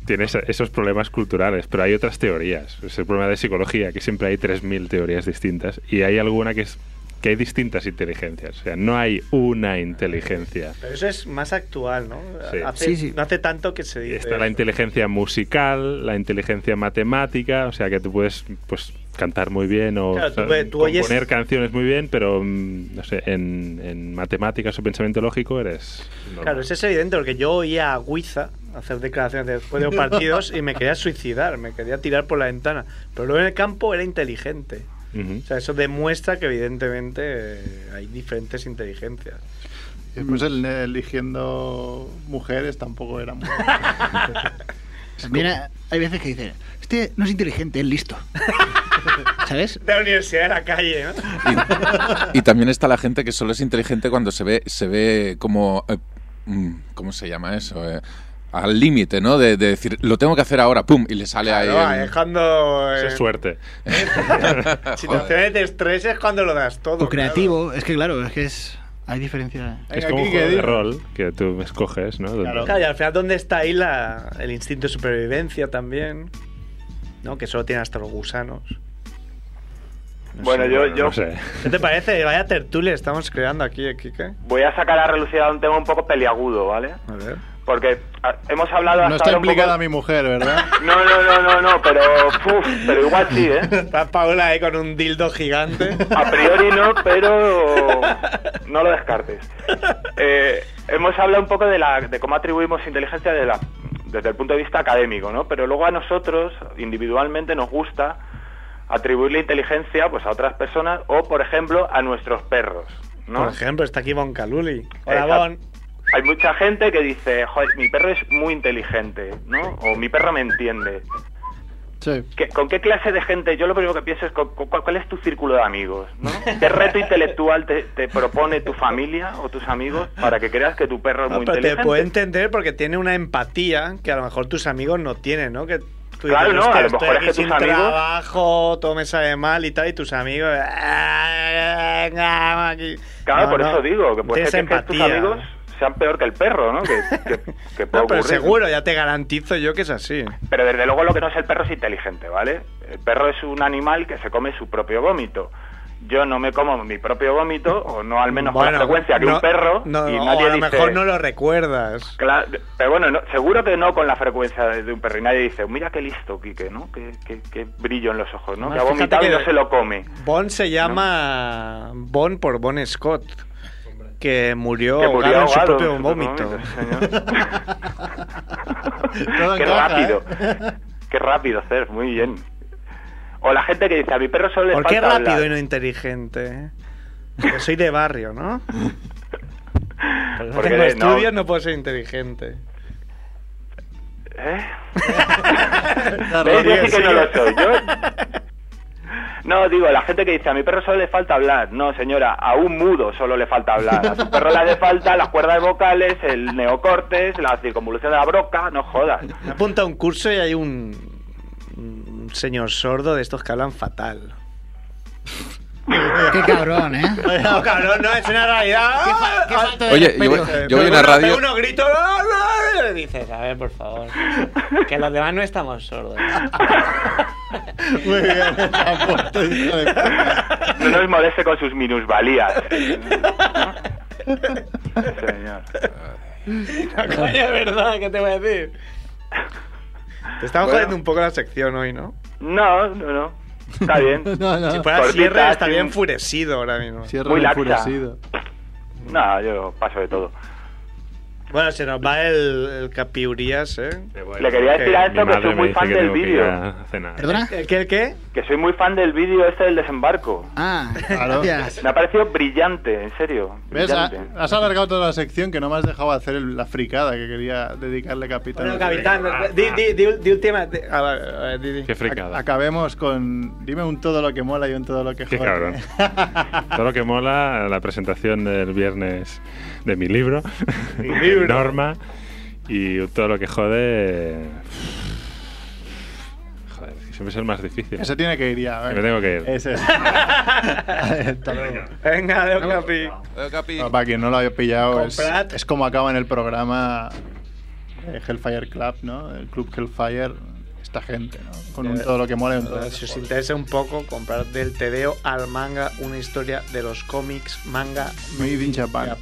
[SPEAKER 7] tiene esa- esos problemas culturales, pero hay otras teorías. Es el problema de psicología, que siempre hay 3.000 teorías distintas y hay alguna que es que hay distintas inteligencias. O sea, no hay una inteligencia.
[SPEAKER 2] Pero eso es más actual, ¿no?
[SPEAKER 7] Sí.
[SPEAKER 2] Hace-
[SPEAKER 7] Sí, sí.
[SPEAKER 2] No hace tanto que se dice.
[SPEAKER 7] Está la inteligencia musical, la inteligencia matemática, o sea que tú puedes pues cantar muy bien o,
[SPEAKER 2] Claro, tú
[SPEAKER 7] o sea,
[SPEAKER 2] ve- tú oyes-
[SPEAKER 7] componer canciones muy bien, pero mm, no sé, en, en matemáticas o pensamiento lógico eres...
[SPEAKER 2] Claro, eso es evidente, porque yo oía a Guiza hacer declaraciones después de los partidos y me quería suicidar, me quería tirar por la ventana. Pero luego en el campo era inteligente.
[SPEAKER 7] Ujú.
[SPEAKER 2] O sea, eso demuestra que evidentemente eh, hay diferentes inteligencias.
[SPEAKER 4] Y después el- eligiendo mujeres tampoco
[SPEAKER 15] <laughs>
[SPEAKER 4] era muy...
[SPEAKER 8] También ha- hay veces que dicen, este no es inteligente, es listo. ¿Sabes?
[SPEAKER 2] De la universidad a la calle, ¿no?
[SPEAKER 1] Y también está la gente que solo es inteligente cuando se ve, se ve como. eh, mm, ¿Cómo se llama eso? Eh, al límite, ¿no? De, de decir, lo tengo que hacer ahora, ¡pum! Y le sale
[SPEAKER 2] Claro,
[SPEAKER 1] ahí. el-
[SPEAKER 2] dejando... eh,
[SPEAKER 7] suerte.
[SPEAKER 2] Situaciones de estrés es cuando lo das todo.
[SPEAKER 8] O creativo, es que claro, es que es hay diferencia.
[SPEAKER 7] Es como un juego de rol que tú escoges, ¿no? Donde-
[SPEAKER 2] Claro, y al final, ¿dónde está ahí la- el instinto de supervivencia también? ¿No? Que solo tienen hasta los gusanos.
[SPEAKER 15] Bueno, yo, yo
[SPEAKER 2] ¿Qué te parece? Vaya tertulia estamos creando aquí, eh, Kike.
[SPEAKER 15] voy a sacar a relucir a un tema un poco peliagudo, ¿vale?
[SPEAKER 2] A ver.
[SPEAKER 15] Porque ah, hemos hablado hasta
[SPEAKER 4] No está
[SPEAKER 15] ahora un poco-
[SPEAKER 4] implicada mi mujer, ¿verdad?
[SPEAKER 15] <laughs> No, no, no, no, no, pero, uf, pero igual sí, ¿eh?
[SPEAKER 4] <laughs>
[SPEAKER 2] Está Paula ahí con un dildo gigante.
[SPEAKER 15] A priori no, pero no lo descartes. Eh, hemos hablado un poco de, la, de cómo atribuimos inteligencia de la- desde el punto de vista académico, ¿no? Pero luego a nosotros, individualmente, nos gusta atribuirle inteligencia pues, a otras personas o, por ejemplo, a nuestros perros, ¿no?
[SPEAKER 2] Por ejemplo, está aquí Bon Caluli. Hola,
[SPEAKER 15] Exacto.
[SPEAKER 2] Bon.
[SPEAKER 15] Hay mucha gente que dice, joder, mi perro es muy inteligente, ¿no? O mi perro me entiende.
[SPEAKER 4] Sí.
[SPEAKER 15] ¿Qué- ¿Con qué clase de gente? Yo lo primero que pienso es con- con- cuál, cuál es tu círculo de amigos, ¿no? ¿Qué reto intelectual te, te propone tu familia o tus amigos para que creas que tu perro es
[SPEAKER 2] No,
[SPEAKER 15] muy
[SPEAKER 2] Ah, pero te
[SPEAKER 15] inteligente?
[SPEAKER 2] puede entender porque tiene una empatía que a lo mejor tus amigos no tienen, ¿no? Que tú
[SPEAKER 15] Claro, no, a
[SPEAKER 2] "Hostia,
[SPEAKER 15] lo
[SPEAKER 2] estoy
[SPEAKER 15] mejor es
[SPEAKER 2] aquí
[SPEAKER 15] que tus
[SPEAKER 2] sin
[SPEAKER 15] amigos-
[SPEAKER 2] trabajo, todo me sabe mal y tal, y tus amigos... "Ah, venga, aquí".
[SPEAKER 15] Claro,
[SPEAKER 2] No,
[SPEAKER 15] por
[SPEAKER 2] no,
[SPEAKER 15] eso digo, que puede
[SPEAKER 2] tienes
[SPEAKER 15] ser que tus
[SPEAKER 2] empatía.
[SPEAKER 15] amigos sean peor que el perro, ¿no? Que, que- que puede
[SPEAKER 2] No, pero
[SPEAKER 15] ocurrir.
[SPEAKER 2] seguro, ya te garantizo yo que es así.
[SPEAKER 15] Pero desde luego lo que no es el perro es inteligente, ¿vale? El perro es un animal que se come su propio vómito. Yo no me como mi propio vómito, o no al menos con
[SPEAKER 2] Bueno,
[SPEAKER 15] la frecuencia que
[SPEAKER 2] no-
[SPEAKER 15] un perro,
[SPEAKER 2] no,
[SPEAKER 15] y
[SPEAKER 2] o
[SPEAKER 15] nadie
[SPEAKER 2] a lo
[SPEAKER 15] dice-
[SPEAKER 2] mejor no lo recuerdas.
[SPEAKER 15] Claro, pero bueno, no- seguro que no con la frecuencia de de un perro. Y nadie dice, mira qué listo, Quique, ¿no? Qué, qué- qué brillo en los ojos, ¿no?
[SPEAKER 2] Además,
[SPEAKER 15] Que ha vomitado
[SPEAKER 2] fíjate
[SPEAKER 15] y
[SPEAKER 2] que-
[SPEAKER 15] no se lo come.
[SPEAKER 2] Bond se llama Bond por Bon Scott, que murió,
[SPEAKER 15] Que murió
[SPEAKER 2] ahogado en su
[SPEAKER 15] ahogado
[SPEAKER 2] propio
[SPEAKER 15] en su
[SPEAKER 2] vómito.
[SPEAKER 15] propio
[SPEAKER 2] <laughs>
[SPEAKER 15] qué
[SPEAKER 2] ¿eh?
[SPEAKER 15] rápido, qué rápido, Cerf, muy bien. O la gente que dice, a mi perro solo le
[SPEAKER 2] ¿Por qué
[SPEAKER 15] falta
[SPEAKER 2] rápido
[SPEAKER 15] hablar".
[SPEAKER 2] y no inteligente? Porque soy de
[SPEAKER 15] <laughs>
[SPEAKER 2] barrio, ¿no? No
[SPEAKER 15] Porque
[SPEAKER 2] tengo
[SPEAKER 15] no-
[SPEAKER 2] estudios, no puedo ser inteligente. <laughs>
[SPEAKER 15] ¿Eh? ¿Ves? Yo sí que no lo soy. Yo... No, digo, la gente que dice, a mi perro solo le falta hablar. No, señora, a un mudo solo le falta hablar. A su perro le hace falta las cuerdas vocales, el neocortes, la circunvolución de la broca, no jodas.
[SPEAKER 2] Me apunta a un curso y hay un, un señor sordo de estos que hablan fatal. <laughs>
[SPEAKER 8] Qué cabrón, ¿eh?
[SPEAKER 2] No, cabrón, no, es una realidad. Ah,
[SPEAKER 1] Oye, yo, voy- yo voy a una
[SPEAKER 2] Pero
[SPEAKER 1] radio.
[SPEAKER 2] uno grito, ¡ah, ah! y dices,
[SPEAKER 9] A ver, por
[SPEAKER 3] <laughs>
[SPEAKER 9] favor. Que los demás no estamos sordos.
[SPEAKER 4] Muy bien, apuesto, hijo de puta.
[SPEAKER 15] No nos moleste con sus minusvalías. Señor.
[SPEAKER 9] No, coño, es verdad, ¿qué te voy a decir?
[SPEAKER 2] Te estamos
[SPEAKER 15] Bueno.
[SPEAKER 2] jodiendo un poco la sección hoy, ¿no?
[SPEAKER 15] No, no, no. Está bien.
[SPEAKER 2] Si fuera
[SPEAKER 15] Cortita,
[SPEAKER 2] cierre, estaría
[SPEAKER 15] sin-
[SPEAKER 2] enfurecido ahora mismo.
[SPEAKER 15] Sierra Muy laxa. enfurecido. No, yo paso de todo.
[SPEAKER 2] Bueno, se nos va el, el Capiurías, ¿eh?
[SPEAKER 15] Le quería decir a esto que soy muy fan del vídeo.
[SPEAKER 2] ¿Perdona? ¿Qué, qué?
[SPEAKER 15] Que soy muy fan del vídeo este del desembarco.
[SPEAKER 8] Ah,
[SPEAKER 4] gracias.
[SPEAKER 15] Me ha parecido brillante, en serio.
[SPEAKER 4] ¿Ves? Ah, Ha-
[SPEAKER 15] Brillante.
[SPEAKER 4] Has alargado toda la sección que no me has dejado hacer el- la fricada que quería dedicarle Capitán.
[SPEAKER 2] Bueno, capitán, di, di, di, un- di un tema. di- a ver, a ver, di, di.
[SPEAKER 7] Qué fricada.
[SPEAKER 4] Acabemos con. Dime un todo lo que mola y un todo lo que
[SPEAKER 7] Qué
[SPEAKER 4] jode.
[SPEAKER 7] cabrón. Todo lo que mola, la presentación del viernes de mi libro, Norma, y todo lo que jode... Joder, Siempre es el más difícil.
[SPEAKER 4] <laughs> Ese tiene que ir ya. a ver.
[SPEAKER 7] Me tengo que ir. <laughs>
[SPEAKER 4] Ese es. <laughs> Hasta luego.
[SPEAKER 2] Venga, Deo Capi.
[SPEAKER 1] eh,
[SPEAKER 2] Ah,
[SPEAKER 4] No, para quien no lo haya pillado, es, es como acaba en el programa eh, Hellfire Club, ¿no? El club Hellfire, esta gente, ¿no? Con
[SPEAKER 2] Eh,
[SPEAKER 4] un- todo lo que mola. y un todo.
[SPEAKER 2] Si os interesa un poco, comprar del TVO al manga una historia de los cómics manga
[SPEAKER 4] Made in Japan.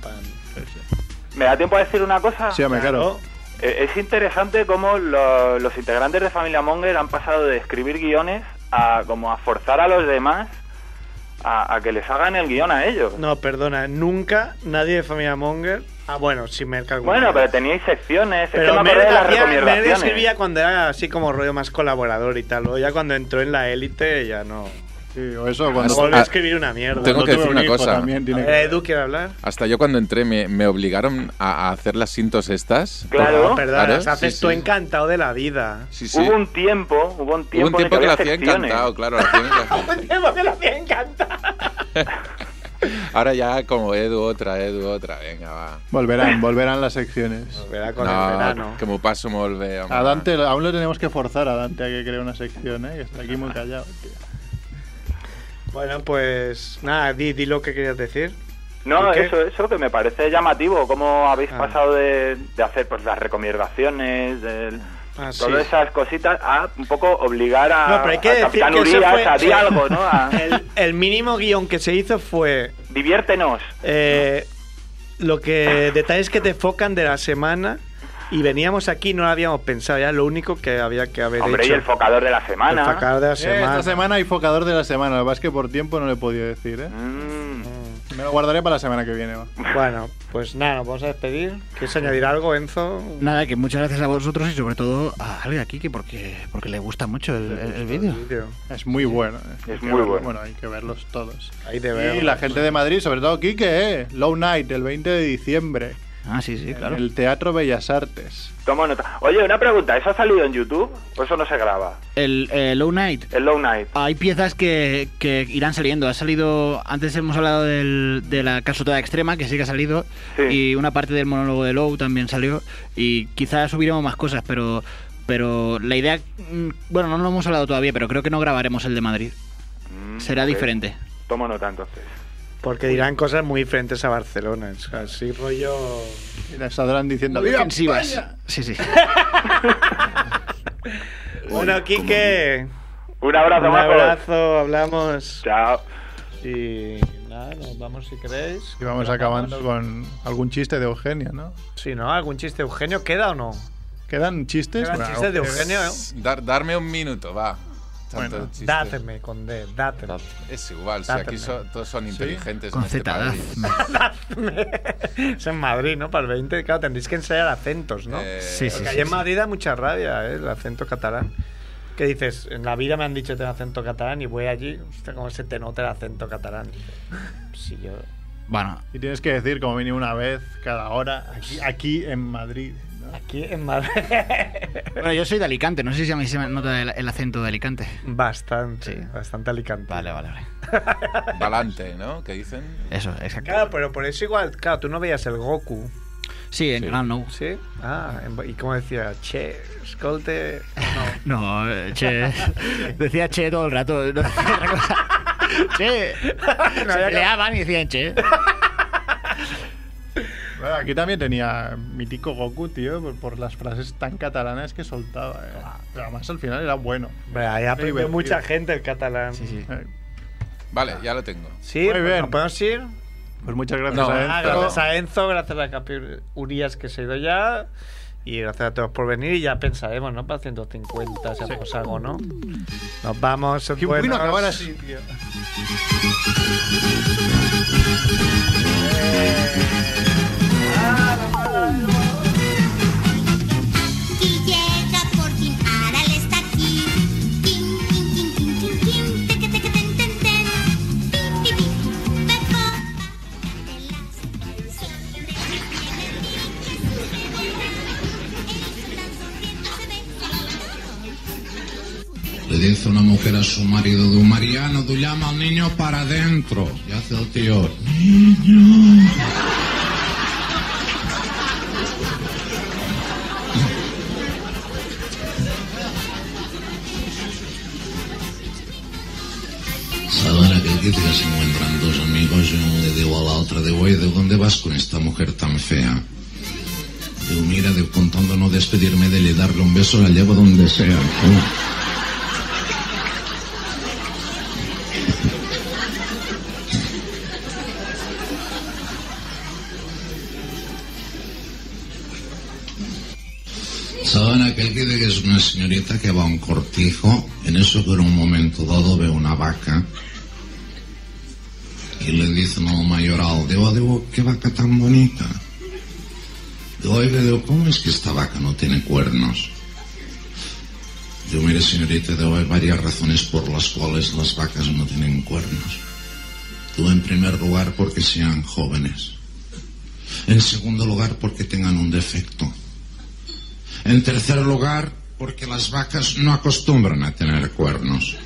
[SPEAKER 15] ¿Me da tiempo a decir una cosa?
[SPEAKER 4] Sí, hombre, claro.
[SPEAKER 2] ¿Ah,
[SPEAKER 15] Eh, Es interesante cómo lo- los integrantes de Familia Monger han pasado de escribir guiones a como a forzar a los demás a, a que les hagan el guión a ellos.
[SPEAKER 2] No, perdona, nunca nadie de familia Monger. Ah, bueno, si me alguna
[SPEAKER 15] Bueno,
[SPEAKER 2] vez.
[SPEAKER 15] pero teníais secciones, es que
[SPEAKER 2] Pero
[SPEAKER 15] me
[SPEAKER 2] Merck
[SPEAKER 15] acordé de ¿eh? las
[SPEAKER 2] hacía- Merck
[SPEAKER 15] recomendaciones.
[SPEAKER 2] escribía cuando era así como rollo más colaborador y tal. Luego ya cuando entró en la élite ya no.
[SPEAKER 4] Sí, o eso
[SPEAKER 2] cuando
[SPEAKER 1] cuando-
[SPEAKER 2] volvió a
[SPEAKER 1] Ah,
[SPEAKER 2] escribir una mierda.
[SPEAKER 1] tengo que decir una cosa.
[SPEAKER 2] Eh, Edu quiere hablar.
[SPEAKER 1] Hasta yo cuando entré me, me obligaron a, a hacer las cintos estas.
[SPEAKER 2] No, Ah, perdona,
[SPEAKER 1] Claro,
[SPEAKER 2] o sea, haces
[SPEAKER 1] sí,
[SPEAKER 2] tú
[SPEAKER 1] sí.
[SPEAKER 2] encantado de la vida.
[SPEAKER 1] Sí, sí.
[SPEAKER 15] Hubo un tiempo, hubo un
[SPEAKER 1] Hubo un
[SPEAKER 15] tiempo, en el
[SPEAKER 1] tiempo que lo
[SPEAKER 15] había
[SPEAKER 1] hacía
[SPEAKER 15] secciones.
[SPEAKER 1] encantado, claro. lo hacía encantado.
[SPEAKER 15] Pues
[SPEAKER 2] que la hacía encantado.
[SPEAKER 1] Ahora ya como Edu otra, Edu otra, venga, va.
[SPEAKER 4] Volverán, volverán las secciones.
[SPEAKER 1] <laughs> No, Que me paso molt bé, home.
[SPEAKER 4] A Dante, aún lo tenemos que forzar a Dante a que cree una sección, ¿eh? Que está aquí muy callado.
[SPEAKER 2] Bueno, pues nada, di, di lo que querías decir.
[SPEAKER 15] No,
[SPEAKER 2] ¿Y qué? Ah.
[SPEAKER 15] eso, eso que me parece llamativo, cómo habéis pasado de, de hacer pues las recomendaciones, del-
[SPEAKER 2] Ah, sí.
[SPEAKER 15] todas esas cositas, a un poco obligar a,
[SPEAKER 2] No, pero hay que
[SPEAKER 15] al
[SPEAKER 2] decir
[SPEAKER 15] Capitán
[SPEAKER 2] que eso
[SPEAKER 15] Urias
[SPEAKER 2] fue-
[SPEAKER 15] a
[SPEAKER 2] <laughs>
[SPEAKER 15] di algo, ¿no? A-
[SPEAKER 2] El, el mínimo guión que se hizo fue
[SPEAKER 15] diviértenos.
[SPEAKER 2] eh, lo que detalles que te enfocan de la semana y veníamos aquí y no lo habíamos pensado ya lo único que había que haber
[SPEAKER 15] Hombre,
[SPEAKER 2] hecho
[SPEAKER 15] y el focador de la semana.
[SPEAKER 2] el focador de la
[SPEAKER 4] Eh,
[SPEAKER 2] semana
[SPEAKER 4] esta semana hay focador de la semana. Lo que pasa es que por tiempo no le he podido decir, ¿eh?
[SPEAKER 15] Mm,
[SPEAKER 4] Me lo guardaré para la semana que viene. va.
[SPEAKER 2] bueno pues nada nos vamos a despedir quieres añadir algo Enzo
[SPEAKER 8] Nada, que muchas gracias a vosotros y sobre todo a alguien aquí que porque, porque le gusta mucho el, el- el vídeo.
[SPEAKER 4] Es muy bueno. ¿eh? Hay
[SPEAKER 8] Es
[SPEAKER 4] que
[SPEAKER 8] muy
[SPEAKER 4] verlo.
[SPEAKER 8] bueno.
[SPEAKER 4] Bueno, hay que verlos todos.
[SPEAKER 2] Hay de
[SPEAKER 4] Y
[SPEAKER 2] verlos.
[SPEAKER 4] la gente de Madrid, sobre todo Quique, ¿eh? Low Night, el 20 de diciembre.
[SPEAKER 8] Ah, sí, sí,
[SPEAKER 4] claro. En el Teatro Bellas Artes.
[SPEAKER 15] Tomo nota. Oye, una pregunta, ¿eso ha salido en YouTube? ¿O eso no se graba?
[SPEAKER 8] El, eh, Low Night.
[SPEAKER 15] El Low Night.
[SPEAKER 8] Hay piezas que, que irán saliendo. Ha salido. Antes hemos hablado del- de la casutada extrema, que sí que ha salido. Y una parte del monólogo de Low también salió. Y quizás subiremos más cosas, pero. Pero la idea. mm, Bueno, no lo hemos hablado todavía, pero creo que no grabaremos el de Madrid. Será
[SPEAKER 15] Mm, ok.
[SPEAKER 8] diferente.
[SPEAKER 15] Tomo nota entonces.
[SPEAKER 2] porque dirán cosas muy diferentes a Barcelona es así rollo
[SPEAKER 4] Y les saldrán diciendo.
[SPEAKER 2] Muy
[SPEAKER 4] "¡Viva
[SPEAKER 2] ofensivas".
[SPEAKER 4] España!".
[SPEAKER 8] Sí, sí.
[SPEAKER 2] bueno Quique
[SPEAKER 15] Un abrazo,
[SPEAKER 2] un
[SPEAKER 15] majos.
[SPEAKER 2] abrazo hablamos
[SPEAKER 15] chao
[SPEAKER 2] y nada nos vamos si queréis
[SPEAKER 4] Y vamos acabando con algún chiste de Eugenia, ¿no?
[SPEAKER 2] si no algún chiste Eugenio queda o no
[SPEAKER 4] ¿Quedan chistes?
[SPEAKER 2] Quedan
[SPEAKER 4] Bueno,
[SPEAKER 2] chistes de Eugenio
[SPEAKER 1] ¿eh? Dar- darme un minuto, va. Tanto
[SPEAKER 2] Bueno,
[SPEAKER 1] chiste.
[SPEAKER 2] dáteme con D, dáteme.
[SPEAKER 1] Es igual, si aquí
[SPEAKER 2] Dáteme.
[SPEAKER 1] so- todos son inteligentes.
[SPEAKER 2] Con
[SPEAKER 1] en este
[SPEAKER 2] Z,
[SPEAKER 1] país.
[SPEAKER 2] Es en Madrid, ¿no? Para el 20, claro, tendréis que ensayar acentos, ¿no?
[SPEAKER 1] Eh, Sí, sí,
[SPEAKER 2] Porque
[SPEAKER 1] sí,
[SPEAKER 2] ahí en
[SPEAKER 1] sí.
[SPEAKER 2] Madrid da mucha rabia, ¿eh? El acento catalán. ¿Qué dices? En la vida me han dicho tengo acento catalán y voy allí, hostia, cómo se te nota el acento catalán. Si yo...
[SPEAKER 8] Bueno.
[SPEAKER 4] Y tienes que decir como mínimo una vez cada hora aquí, aquí en Madrid.
[SPEAKER 2] Aquí en Madrid.
[SPEAKER 8] Bueno, yo soy de Alicante, no sé si a mí se me nota el, el acento de Alicante.
[SPEAKER 2] Bastante, bastante Alicante.
[SPEAKER 8] Vale, vale, vale.
[SPEAKER 1] Balante, ¿no? ¿Qué dicen?
[SPEAKER 8] Eso, exacto.
[SPEAKER 2] Claro, pero por eso igual, claro, tú no veías el Goku.
[SPEAKER 8] Sí, en Canal No.
[SPEAKER 2] ¿Sí? Ah, en- y como decía, che, escolte... No.
[SPEAKER 8] No, eh,
[SPEAKER 2] <laughs>
[SPEAKER 8] che. Decía che todo el rato. No <laughs> decía otra cosa. Che.
[SPEAKER 2] No,
[SPEAKER 8] se
[SPEAKER 2] ya
[SPEAKER 8] peleaban y decían che.
[SPEAKER 4] Bueno, aquí también tenía mítico Goku, tío, por, por las frases tan catalanas que soltaba. ¿eh?
[SPEAKER 2] Ah.
[SPEAKER 4] Pero además al final era bueno. ¿eh?
[SPEAKER 2] Hombre, ahí aprendió
[SPEAKER 4] Divertido.
[SPEAKER 2] mucha gente el catalán. Sí,
[SPEAKER 8] sí.
[SPEAKER 1] Vale, ya lo tengo.
[SPEAKER 2] Sí, pues nos podemos ir.
[SPEAKER 4] Pues muchas gracias
[SPEAKER 1] No.
[SPEAKER 4] a él.
[SPEAKER 2] Ah, gracias a Enzo, gracias a Capi Urias que se ha ido ya. Y gracias a todos por venir. Y ya pensaremos, ¿no? Para 150 si hacemos algo, ¿no? Nos vamos. sed
[SPEAKER 4] Qué bueno
[SPEAKER 2] buenos.
[SPEAKER 4] acabar así, tío.
[SPEAKER 16] Y llega por fin, Aral está aquí. Quin, quin, quin, quin, quin, quin, teque, teque, ten, ten, ten. Pim, pim, pim, pepo, candelas. Siempre tiene brillo su bebé. Es tan sonriente, se ve
[SPEAKER 17] Le dice una mujer a su marido, du Mariano, tú llama al niño para adentro. Y hace el tío, niño. crítica se encuentran dos amigos y uno le digo a la otra, digo, oye, ¿de dónde vas con esta mujer tan fea? Digo, mira, digo, contando no despedirme de él y darle un beso, la llevo donde sea. ¿no? Saben aquel que dice que es una señorita que va a un cortijo, en eso que en un momento dado ve una vaca y le dicen al mayoral, digo, digo, qué vaca tan bonita. Digo, oiga, digo, ¿cómo es que esta vaca no tiene cuernos? Digo, mire señorita, digo, hay varias razones por las cuales las vacas no tienen cuernos. Digo, en primer lugar, porque sean jóvenes. En segundo lugar, porque tengan un defecto. En tercer lugar, porque las vacas no acostumbran a tener cuernos.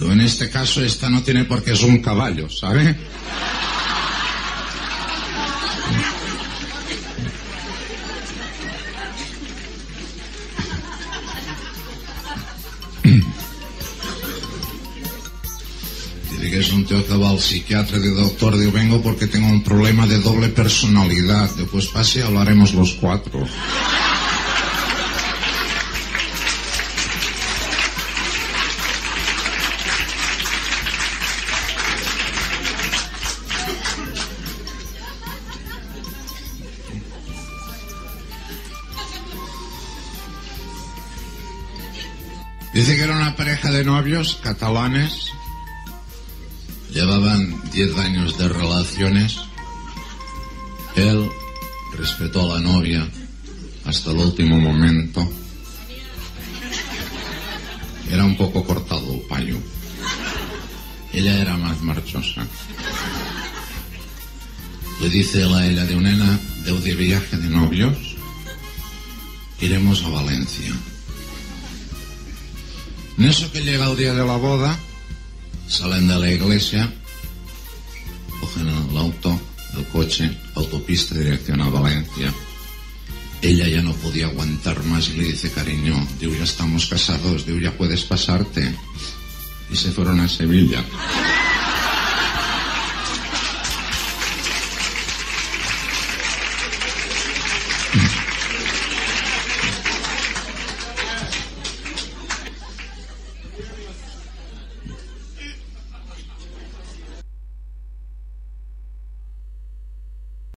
[SPEAKER 17] En este caso, esta no tiene porque es un caballo, ¿sabe? Dice que es un tío que va al psiquiatra de doctor, digo, vengo porque tengo un problema de doble personalidad. Digo, pues pase y hablaremos los cuatro. Dice que era una pareja de novios catalanes. Llevaban 10 años de relaciones. Él respetó a la novia hasta el último momento. Era un poco cortado el payo. Ella era más marchosa. Le dice él a ella de una nena, deu de viaje de novios, iremos a Valencia. En eso que llega el día de la boda, salen de la iglesia, cogen el auto, el coche, autopista dirección a Valencia. Ella ya no podía aguantar más y le dice, cariño, digo, ya estamos casados, digo, ya puedes pasarte. Y se fueron a Sevilla.